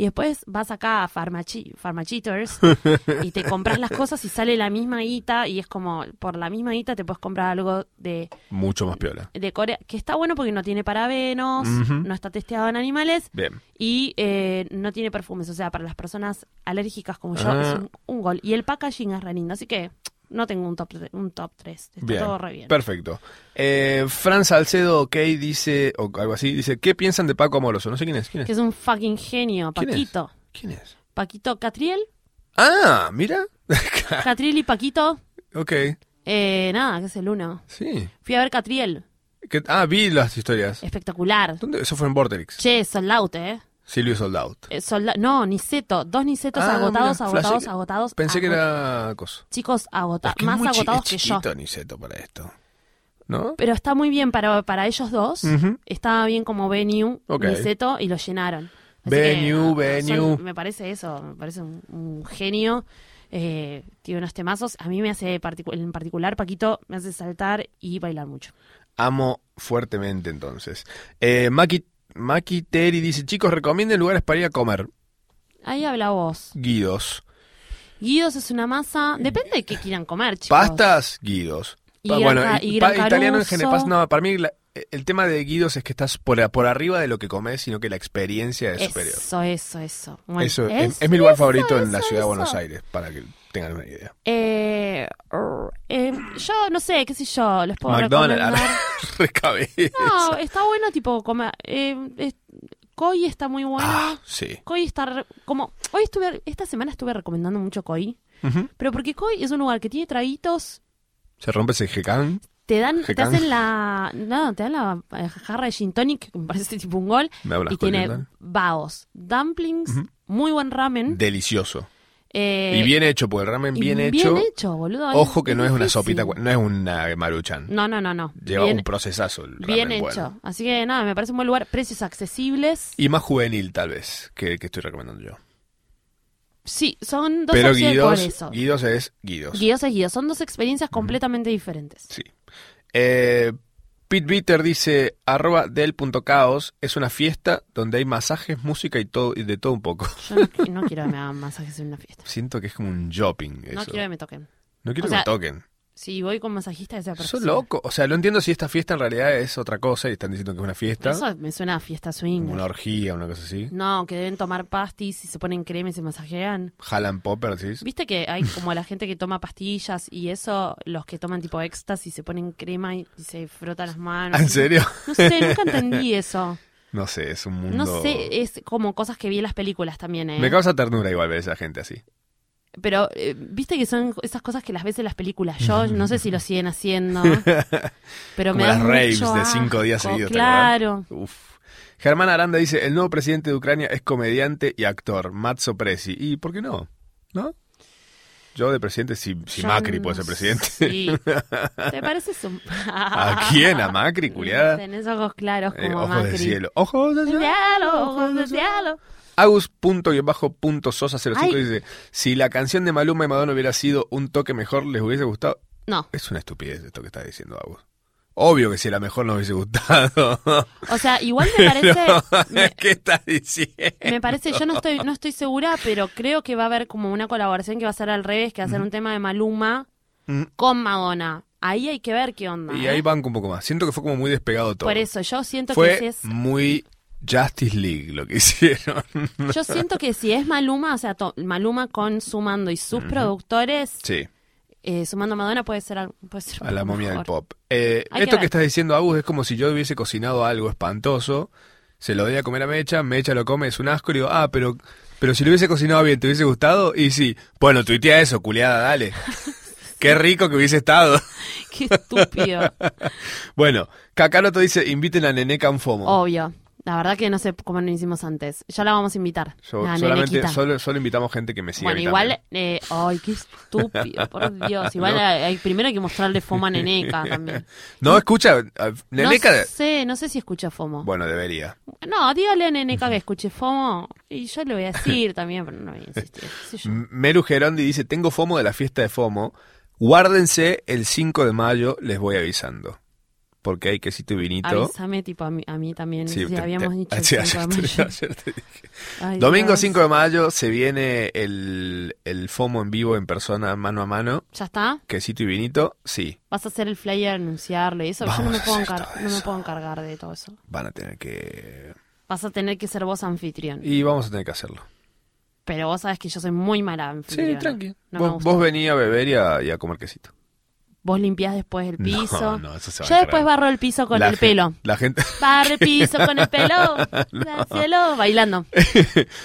Speaker 3: Y después vas acá a Pharmachi, Pharmacheaters y te compras las cosas y sale la misma guita. Y es como, por la misma guita te puedes comprar algo de,
Speaker 2: Mucho más piola.
Speaker 3: de Corea. Que está bueno porque no tiene parabenos,
Speaker 2: Ujú.
Speaker 3: no está testeado en animales
Speaker 2: Bien.
Speaker 3: y eh, no tiene perfumes. O sea, para las personas alérgicas como yo,
Speaker 2: Ah.
Speaker 3: es un, un gol. Y el packaging es re lindo. Así que no tengo un top, tre- un top 3. Está
Speaker 2: Bien.
Speaker 3: todo re bien.
Speaker 2: Perfecto. Eh, Fran Salcedo, ok, dice, o algo así, dice, ¿qué piensan de Paco Amoroso? No sé quién es. ¿Quién
Speaker 3: que
Speaker 2: es?
Speaker 3: es un fucking genio,
Speaker 2: ¿Quién es?
Speaker 3: Paquito.
Speaker 2: ¿Quién es?
Speaker 3: Paquito Catriel.
Speaker 2: Ah, mira. Ah.
Speaker 3: Catriel y Paquito.
Speaker 2: ok,
Speaker 3: Eh, nada, que es el uno.
Speaker 2: sí.
Speaker 3: Fui a ver Catriel.
Speaker 2: ¿Qué- ah, vi las historias.
Speaker 3: Espectacular.
Speaker 2: ¿Dónde? Eso fue en Vorterix.
Speaker 3: Che, sold out, ¿eh?
Speaker 2: Silvio Sold Out.
Speaker 3: Eh, sold out- No, Niceto. Dos Nicetos
Speaker 2: Ah,
Speaker 3: agotados,
Speaker 2: mira,
Speaker 3: agotados,
Speaker 2: flashé-
Speaker 3: agotados.
Speaker 2: Pensé que
Speaker 3: agot-
Speaker 2: era cosa.
Speaker 3: Chicos, agota-
Speaker 2: Es que es
Speaker 3: Ah, más
Speaker 2: muy chi-
Speaker 3: agotados
Speaker 2: es
Speaker 3: que yo.
Speaker 2: chiquito Niceto para esto. ¿No?
Speaker 3: Pero está muy bien para, para ellos dos.
Speaker 2: Ujú.
Speaker 3: Estaba bien como venue,
Speaker 2: Ok.
Speaker 3: Niceto, y lo llenaron.
Speaker 2: Venue,
Speaker 3: ah, son-
Speaker 2: venue.
Speaker 3: me parece eso, me parece un, un genio. Eh, tiene unos temazos. A mí me hace, particu- en particular, Paquito, me hace saltar y bailar mucho.
Speaker 2: Amo fuertemente entonces. Eh, Maki, Maki Teri dice, chicos, recomienden lugares para ir a comer.
Speaker 3: Ahí habla vos.
Speaker 2: Guidos.
Speaker 3: Guidos es una masa. Depende de qué quieran comer, chicos.
Speaker 2: Pastas, guidos.
Speaker 3: Y
Speaker 2: Pa-
Speaker 3: Gran
Speaker 2: bueno,
Speaker 3: Ca-
Speaker 2: y-
Speaker 3: y
Speaker 2: pa-
Speaker 3: Gran
Speaker 2: italiano en
Speaker 3: Caruso.
Speaker 2: general. pas- No, para mí la- el tema de guidos es que estás por, por arriba de lo que comes, sino que la experiencia es superior.
Speaker 3: Eso, eso, eso. Bueno,
Speaker 2: Eso es,
Speaker 3: eso,
Speaker 2: es mi lugar
Speaker 3: eso,
Speaker 2: favorito en la
Speaker 3: eso,
Speaker 2: ciudad de
Speaker 3: eso.
Speaker 2: Buenos Aires, para que tengan una idea.
Speaker 3: Eh, or- eh, yo no sé, qué sé yo, les puedo
Speaker 2: McDonald's, ah,
Speaker 3: recomendar.
Speaker 2: recabeza.
Speaker 3: No, está bueno, tipo, comer. Eh, es- Koi está muy bueno.
Speaker 2: Ah, sí.
Speaker 3: Koi está re- como. Hoy estuve. Esta semana estuve recomendando mucho Koi.
Speaker 2: Ujú.
Speaker 3: Pero porque Koi es un lugar que tiene traguitos.
Speaker 2: Se rompe ese jecán.
Speaker 3: Te dan. Te
Speaker 2: Jecán.
Speaker 3: hacen la. No, te dan la eh, jarra de gin tonic, que me parece tipo un gol.
Speaker 2: Me hablas
Speaker 3: Y
Speaker 2: con
Speaker 3: tiene
Speaker 2: Yolanda.
Speaker 3: baos, dumplings, muy buen ramen.
Speaker 2: Delicioso.
Speaker 3: eh,
Speaker 2: y bien hecho, porque el ramen
Speaker 3: y
Speaker 2: bien, hecho.
Speaker 3: boludo.
Speaker 2: Ojo que no es una
Speaker 3: difícil.
Speaker 2: sopita, cu- no es una maruchan.
Speaker 3: No, no, no, no.
Speaker 2: Lleva
Speaker 3: bien
Speaker 2: un procesazo el ramen
Speaker 3: bien
Speaker 2: bueno.
Speaker 3: hecho. Así que nada, me parece un buen lugar. Precios accesibles.
Speaker 2: Y más juvenil, tal vez, que el que estoy recomendando yo.
Speaker 3: Sí, son dos
Speaker 2: Pero
Speaker 3: opciones
Speaker 2: Guidos,
Speaker 3: por eso.
Speaker 2: Guidos es Guidos.
Speaker 3: Guidos es Guidos. Son dos experiencias completamente diferentes.
Speaker 2: Sí. Eh, Pete Bitter dice, arroba del.caos, es una fiesta donde hay masajes, música y todo y de todo un poco.
Speaker 3: Yo no, qui- no quiero que me hagan masajes en una fiesta.
Speaker 2: Siento que es como un shopping eso.
Speaker 3: No quiero que me toquen.
Speaker 2: No quiero
Speaker 3: o
Speaker 2: que me
Speaker 3: sea,
Speaker 2: toquen.
Speaker 3: Si voy con masajista, que sea
Speaker 2: Son
Speaker 3: profesional.
Speaker 2: loco. O sea, no entiendo si esta fiesta en realidad es otra cosa y están diciendo que es una fiesta.
Speaker 3: Eso me suena a fiesta swing.
Speaker 2: como una orgía, una cosa así.
Speaker 3: No, que deben tomar pastis y se ponen crema y se masajean.
Speaker 2: Jalan popper, decís.
Speaker 3: Viste que hay como la gente que toma pastillas y eso, los que toman tipo éxtasis y se ponen crema y, y se frotan las manos.
Speaker 2: ¿En serio?
Speaker 3: No sé, nunca entendí eso.
Speaker 2: No sé, es un mundo...
Speaker 3: No sé, es como cosas que vi en las películas también, ¿eh?
Speaker 2: Me causa ternura igual ver a esa gente así.
Speaker 3: Pero eh, viste que son esas cosas que las ves en las películas. Yo no sé si lo siguen haciendo. Pero
Speaker 2: Como
Speaker 3: me da
Speaker 2: las raves
Speaker 3: mucho
Speaker 2: de cinco días
Speaker 3: asco,
Speaker 2: seguidos, ¿te
Speaker 3: Claro.
Speaker 2: Uf. Germán Aranda dice, el nuevo presidente de Ucrania es comediante y actor, Matzo Presi. ¿Y por qué no? ¿No? Yo de presidente, si, si
Speaker 3: Yo
Speaker 2: Macri
Speaker 3: no
Speaker 2: puede ser presidente.
Speaker 3: Sí. ¿Te pareces un...
Speaker 2: ¿A quién? ¿A Macri, culiada?
Speaker 3: Tenés ojos claros
Speaker 2: Eh,
Speaker 3: como
Speaker 2: ojos
Speaker 3: Macri.
Speaker 2: de cielo. Ojos de
Speaker 3: Ojos de
Speaker 2: cielo.
Speaker 3: cielo, ojos de cielo.
Speaker 2: Agus punto y bajo punto Sosa 05
Speaker 3: Ay.
Speaker 2: dice, si la canción de Maluma y Madonna hubiera sido un toque mejor, ¿les hubiese gustado?
Speaker 3: No,
Speaker 2: Es una estupidez esto que está diciendo Agus. Obvio que si era mejor nos hubiese gustado.
Speaker 3: O sea, igual me parece, me,
Speaker 2: ¿Qué estás diciendo?
Speaker 3: me parece, yo no estoy, no estoy segura, pero creo que va a haber como una colaboración que va a ser al revés, que va a ser un tema de Maluma
Speaker 2: Mm.
Speaker 3: con Madonna. Ahí hay que ver qué onda.
Speaker 2: Y
Speaker 3: ¿eh?
Speaker 2: ahí banco un poco más. Siento que fue como muy despegado todo.
Speaker 3: Por eso, yo siento que si
Speaker 2: Fue
Speaker 3: es,
Speaker 2: muy Justice League lo que hicieron.
Speaker 3: yo siento que si es Maluma, o sea, to- Maluma con sumando y sus productores,
Speaker 2: sí,
Speaker 3: eh, sumando a Madonna puede ser, al- puede ser
Speaker 2: a la momia del
Speaker 3: mejor.
Speaker 2: pop. Eh,
Speaker 3: Hay que
Speaker 2: esto que,
Speaker 3: ver.
Speaker 2: estás diciendo, Agus, es como si yo hubiese cocinado algo espantoso, se lo doy a comer a Mecha, Mecha lo come, es un asco, y digo, ah, pero, pero si lo hubiese cocinado bien, ¿te hubiese gustado? Y sí, bueno, tuitea eso, culiada, dale. Qué rico que hubiese estado.
Speaker 3: Qué estúpido.
Speaker 2: Bueno, Kakaroto dice, inviten a Nene Canfomo.
Speaker 3: Obvio. La verdad que no sé cómo lo hicimos antes. Ya la vamos a invitar.
Speaker 2: Yo-
Speaker 3: La
Speaker 2: solamente,
Speaker 3: nenequita.
Speaker 2: solo, solo invitamos gente que me siga. a
Speaker 3: bueno,
Speaker 2: mí
Speaker 3: igual,
Speaker 2: también.
Speaker 3: eh, ay, qué estúpido, por Dios. Igual eh,
Speaker 2: No.
Speaker 3: hay- primero hay que mostrarle FOMO a Neneca también.
Speaker 2: No, escucha, a- Neneca...
Speaker 3: No sé, no sé si escucha FOMO.
Speaker 2: Bueno, debería.
Speaker 3: No, dígale a Neneca que escuche FOMO y yo le voy a decir también, pero no voy a insistir. qué sé yo.
Speaker 2: M- Meru Gerondi dice, tengo FOMO de la fiesta de FOMO, guárdense el 5 de mayo, les voy avisando. Porque hay quesito y vinito.
Speaker 3: Avísame, tipo, a mí, a mí también.
Speaker 2: Sí,
Speaker 3: si
Speaker 2: te- te-
Speaker 3: habíamos dicho el
Speaker 2: sí,
Speaker 3: 5 de
Speaker 2: ayer te-
Speaker 3: mayo.
Speaker 2: ayer te dije.
Speaker 3: Ay,
Speaker 2: Domingo
Speaker 3: Dios.
Speaker 2: 5 de mayo se viene el, el FOMO en vivo, en persona, mano a mano.
Speaker 3: ¿Ya está?
Speaker 2: Quesito y vinito, sí,
Speaker 3: ¿Vas a hacer el flyer, anunciarlo y eso? yo no
Speaker 2: Vamos
Speaker 3: me,
Speaker 2: a
Speaker 3: puedo
Speaker 2: hacer
Speaker 3: encar-
Speaker 2: todo
Speaker 3: no me
Speaker 2: eso.
Speaker 3: puedo encargar de todo eso.
Speaker 2: van a tener que...
Speaker 3: Vas a tener que ser vos anfitrión.
Speaker 2: Y vamos a tener que hacerlo.
Speaker 3: Pero vos sabes que yo soy muy mala
Speaker 2: Sí,
Speaker 3: anfitriona.
Speaker 2: tranqui.
Speaker 3: No me
Speaker 2: vos,
Speaker 3: gusta.
Speaker 2: vos vení a beber y a, y a comer quesito.
Speaker 3: Vos limpiás después el piso.
Speaker 2: No, no, eso se va
Speaker 3: Yo
Speaker 2: a
Speaker 3: después
Speaker 2: encargar.
Speaker 3: barro el piso con
Speaker 2: La
Speaker 3: el
Speaker 2: gen-
Speaker 3: pelo.
Speaker 2: La gente...
Speaker 3: Barro el piso con el pelo. Gracias, bailando.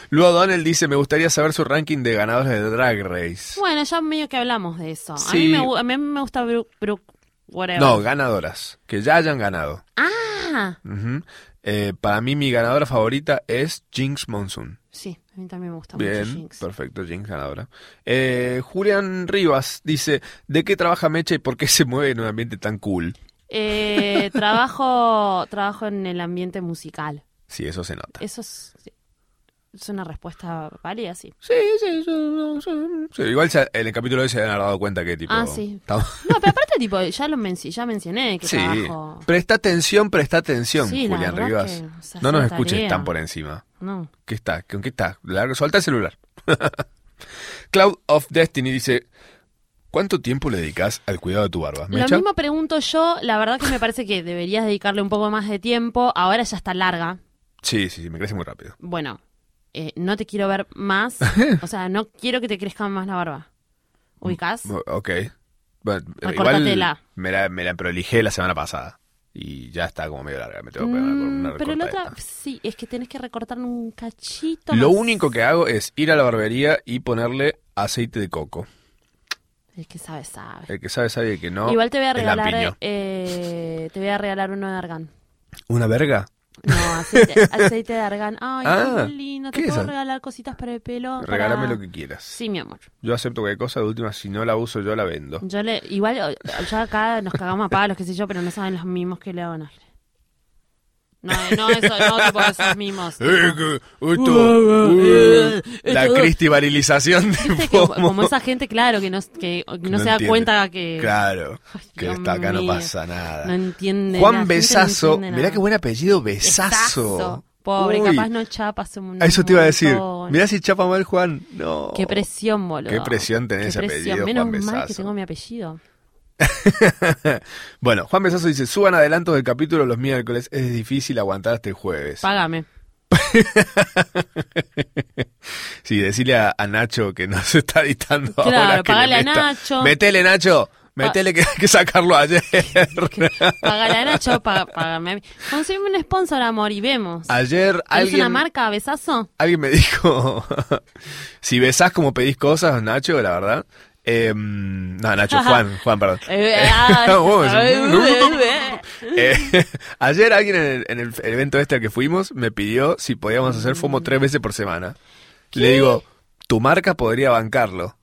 Speaker 2: Luego Donald dice, me gustaría saber su ranking de ganadores de Drag Race.
Speaker 3: Bueno, ya medio que hablamos de eso. A, mí
Speaker 2: Sí.
Speaker 3: me, gu- a mí me gusta Brooke. Brooke, whatever.
Speaker 2: No, ganadoras, que ya hayan ganado.
Speaker 3: Ah,
Speaker 2: Ujú. Eh, para mí mi ganadora favorita es Jinx Monsoon.
Speaker 3: sí, a mí también me gusta
Speaker 2: Bien,
Speaker 3: mucho Jinx.
Speaker 2: perfecto, Jinx ganadora. Eh, Julián Rivas dice, ¿de qué trabaja Mecha y por qué se mueve en un ambiente tan cool?
Speaker 3: Eh, trabajo, trabajo en el ambiente musical.
Speaker 2: Sí, eso se nota.
Speaker 3: Eso es, es una respuesta válida, sí.
Speaker 2: Sí, sí, sí, sí, sí. Sí, igual se- en el capítulo de hoy se han dado cuenta que tipo...
Speaker 3: Ah, sí.
Speaker 2: estamos-
Speaker 3: No, pero aparte, tipo, ya lo menci- ya mencioné que
Speaker 2: Sí,
Speaker 3: trabajo.
Speaker 2: presta atención, presta atención,
Speaker 3: Sí, la
Speaker 2: Julián
Speaker 3: verdad
Speaker 2: Rivas.
Speaker 3: que, o sea,
Speaker 2: no nos
Speaker 3: hacer
Speaker 2: escuches
Speaker 3: tarea.
Speaker 2: tan por encima.
Speaker 3: No.
Speaker 2: ¿Qué está? ¿Con qué está? Largo, suelta el celular. Cloud of Destiny dice: ¿Cuánto tiempo le dedicas al cuidado de tu barba?
Speaker 3: Lo
Speaker 2: ¿Mecha?
Speaker 3: mismo pregunto yo, la verdad que me parece que deberías dedicarle un poco más de tiempo, ahora ya está larga.
Speaker 2: Sí, sí, sí, me crece muy rápido.
Speaker 3: Bueno, eh, no te quiero ver más, o sea, no quiero que te crezca más la barba. ¿Ubicás?
Speaker 2: Bu- Ok. Bueno, eh,
Speaker 3: Acórtatela.
Speaker 2: igual me la, me la prolijé la semana pasada. Y ya está como medio larga. Me tengo que pegar una,
Speaker 3: Mm,
Speaker 2: una
Speaker 3: pero la
Speaker 2: recortadita.
Speaker 3: otra, sí, es que tenés que recortar un cachito.
Speaker 2: Lo
Speaker 3: más.
Speaker 2: único que hago es ir a la barbería y ponerle aceite de coco.
Speaker 3: Es que sabes, sabes.
Speaker 2: El que sabe, sabe y el que no.
Speaker 3: Igual te voy a
Speaker 2: es
Speaker 3: regalar,
Speaker 2: lampiño.
Speaker 3: eh, te voy a regalar uno de Argan.
Speaker 2: ¿Una verga?
Speaker 3: No, aceite, aceite de argán. Ay,
Speaker 2: Ah,
Speaker 3: qué lindo.
Speaker 2: ¿qué
Speaker 3: Te
Speaker 2: es
Speaker 3: puedo
Speaker 2: eso?
Speaker 3: regalar cositas para el pelo. para-
Speaker 2: Regálame lo que quieras.
Speaker 3: Sí, mi amor.
Speaker 2: Yo acepto cualquier cosa, de última, si no la uso, yo la vendo.
Speaker 3: Yo le, igual, o- ya acá nos cagamos a palos, qué sé yo, pero no saben los mimos que le hago a Nájera. No, no, eso, no, tipo esos mimos.
Speaker 2: Eh,
Speaker 3: tipo.
Speaker 2: que- esto-
Speaker 3: Uh,
Speaker 2: uh,
Speaker 3: eh,
Speaker 2: la
Speaker 3: esto-
Speaker 2: cristibarilización de
Speaker 3: Viste que
Speaker 2: FOMO.
Speaker 3: como esa gente, claro, que no, que, que no, se da
Speaker 2: entiende.
Speaker 3: cuenta que
Speaker 2: Claro,
Speaker 3: Ay,
Speaker 2: que
Speaker 3: Dios
Speaker 2: está acá no
Speaker 3: mío.
Speaker 2: pasa nada.
Speaker 3: no entiende. la
Speaker 2: Juan
Speaker 3: gente no
Speaker 2: Besazo,
Speaker 3: entiende
Speaker 2: mirá
Speaker 3: nada.
Speaker 2: qué buen apellido, Besazo.
Speaker 3: Besazo. Pobre,
Speaker 2: Uy,
Speaker 3: capaz no chapa hace un
Speaker 2: a Eso te iba a decir.
Speaker 3: montón.
Speaker 2: Mirá si chapa mal Juan. No.
Speaker 3: Qué presión, boludo.
Speaker 2: Qué presión tener
Speaker 3: Qué
Speaker 2: ese
Speaker 3: presión.
Speaker 2: apellido,
Speaker 3: Menos
Speaker 2: Juan
Speaker 3: mal que
Speaker 2: Besazo.
Speaker 3: tengo mi apellido.
Speaker 2: bueno, Juan Besazo dice, suban adelantos del capítulo los miércoles, es difícil aguantar hasta el jueves.
Speaker 3: Págame.
Speaker 2: Sí, decirle a, a Nacho que nos está editando
Speaker 3: Claro,
Speaker 2: ahora. que
Speaker 3: pagale
Speaker 2: le
Speaker 3: a
Speaker 2: meta-
Speaker 3: Nacho.
Speaker 2: Metele, Nacho. Metele que hay que sacarlo ayer.
Speaker 3: Págale a Nacho, pá- págame a mí. Conseguime un sponsor, amor, y vemos. ¿Es
Speaker 2: Ayer
Speaker 3: una
Speaker 2: alguien,
Speaker 3: marca, besazo?
Speaker 2: alguien me dijo, si besás como pedís cosas, Nacho, la verdad. em, no, Nacho, Juan, Juan, perdón.
Speaker 3: Eh, ah,
Speaker 2: vos,
Speaker 3: eh,
Speaker 2: Eh, ayer alguien en el, en el evento este al que fuimos me pidió si podíamos hacer FOMO tres veces por semana. Le digo, tu marca podría bancarlo.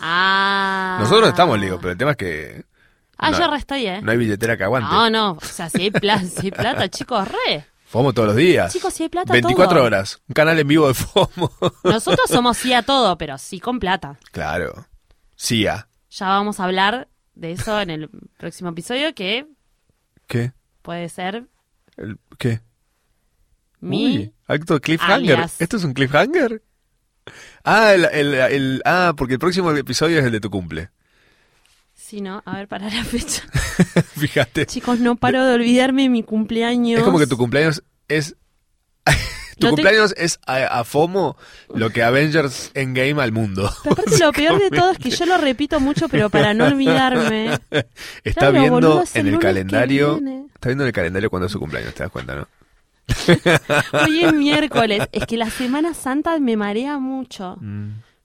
Speaker 3: Ah.
Speaker 2: Nosotros estamos, le digo, pero el tema es que
Speaker 3: Ah,
Speaker 2: no.
Speaker 3: yo re estoy, ¿eh?
Speaker 2: no hay billetera que aguante.
Speaker 3: No, no, o sea, si hay plata, si hay plata, chicos, re.
Speaker 2: FOMO todos los días.
Speaker 3: Chicos, si hay plata,
Speaker 2: 24
Speaker 3: todo.
Speaker 2: horas. Un canal en vivo de FOMO.
Speaker 3: Nosotros somos sí a todo, pero sí con plata.
Speaker 2: claro. CIA.
Speaker 3: Ya vamos a hablar de eso en el próximo episodio, que
Speaker 2: ¿Qué?
Speaker 3: Puede ser
Speaker 2: El- ¿Qué?
Speaker 3: mi.
Speaker 2: Uy, acto cliffhanger.
Speaker 3: alias.
Speaker 2: ¿Esto es un cliffhanger? Ah, el, el- el- ah, porque el próximo episodio es el de tu cumple.
Speaker 3: Si no, a ver, para la fecha.
Speaker 2: Fíjate.
Speaker 3: Chicos, no paro de olvidarme de mi cumpleaños.
Speaker 2: Es como que tu cumpleaños es. tu
Speaker 3: No te-
Speaker 2: cumpleaños es a, a FOMO lo que Avengers Endgame al mundo.
Speaker 3: Pero aparte lo peor de todo es que yo lo repito mucho, pero para no olvidarme. Claro,
Speaker 2: Está viendo
Speaker 3: boludo, es el
Speaker 2: en el
Speaker 3: lunes que
Speaker 2: calendario.
Speaker 3: viene.
Speaker 2: Está viendo en el calendario cuando es su cumpleaños, te das cuenta, ¿no?
Speaker 3: Hoy es miércoles. Es que la Semana Santa me marea mucho.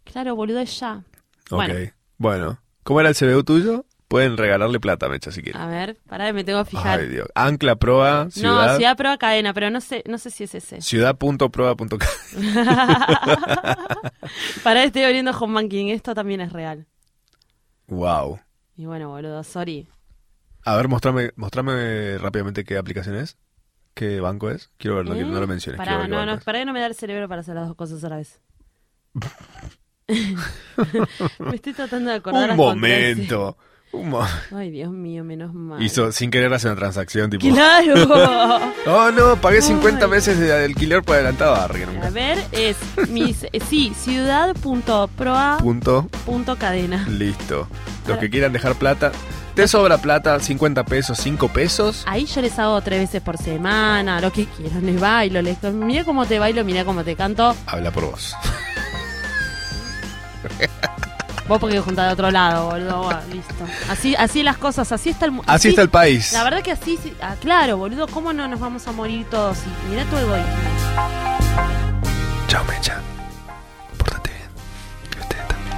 Speaker 3: Claro, boludo, es ya. Bueno,
Speaker 2: Ok. Bueno, ¿cómo era el CBU tuyo? Pueden regalarle plata, Mecha, si quieren.
Speaker 3: a ver, pará, me tengo que fijar.
Speaker 2: Ay, Dios. Ancla Proa, ciudad.
Speaker 3: Ah, no, Ciudad Proa Cadena, pero no sé, no sé si es ese.
Speaker 2: ciudad.proa.ca.
Speaker 3: Pará, estoy abriendo home banking. Esto también es real.
Speaker 2: Wow.
Speaker 3: Y bueno, boludo, sorry.
Speaker 2: A ver, mostrame, mostrame rápidamente qué aplicación es. ¿Qué banco es? Quiero verlo, quiero-
Speaker 3: ¿Eh?
Speaker 2: no lo menciones. quiero
Speaker 3: Pará,
Speaker 2: ver qué
Speaker 3: no,
Speaker 2: banco
Speaker 3: no,
Speaker 2: es.
Speaker 3: pará que no me da el cerebro para hacer las dos cosas a la vez. me estoy tratando de acordar.
Speaker 2: Un
Speaker 3: las
Speaker 2: momento. Un mo-
Speaker 3: contraseñas. Ay, Dios mío, menos mal.
Speaker 2: Hizo sin querer hacer una transacción tipo.
Speaker 3: ¡Claro!
Speaker 2: Oh no, pagué 50
Speaker 3: Ay.
Speaker 2: meses de alquiler por adelantado. Ah, re que
Speaker 3: A
Speaker 2: nunca.
Speaker 3: ver, es mis, eh, sí, ciudad.proa.cadena.
Speaker 2: Punto. Listo. Los
Speaker 3: Para-
Speaker 2: que quieran dejar plata. ¿Te sobra plata? ¿50 pesos? ¿5 pesos?
Speaker 3: Ahí yo les hago tres veces por semana, lo que quieran, les bailo, les mira cómo te bailo, mira cómo te canto,
Speaker 2: Habla por vos.
Speaker 3: vos porque juntás de otro lado, boludo, bueno, listo. Así, así las cosas, así está el mu-
Speaker 2: Así está el país.
Speaker 3: La verdad que así, sí- ah, claro, boludo, ¿cómo no nos vamos a morir todos? Y Mirá tu egoísmo.
Speaker 2: Chao, Mecha. Pórtate bien. Y ustedes también.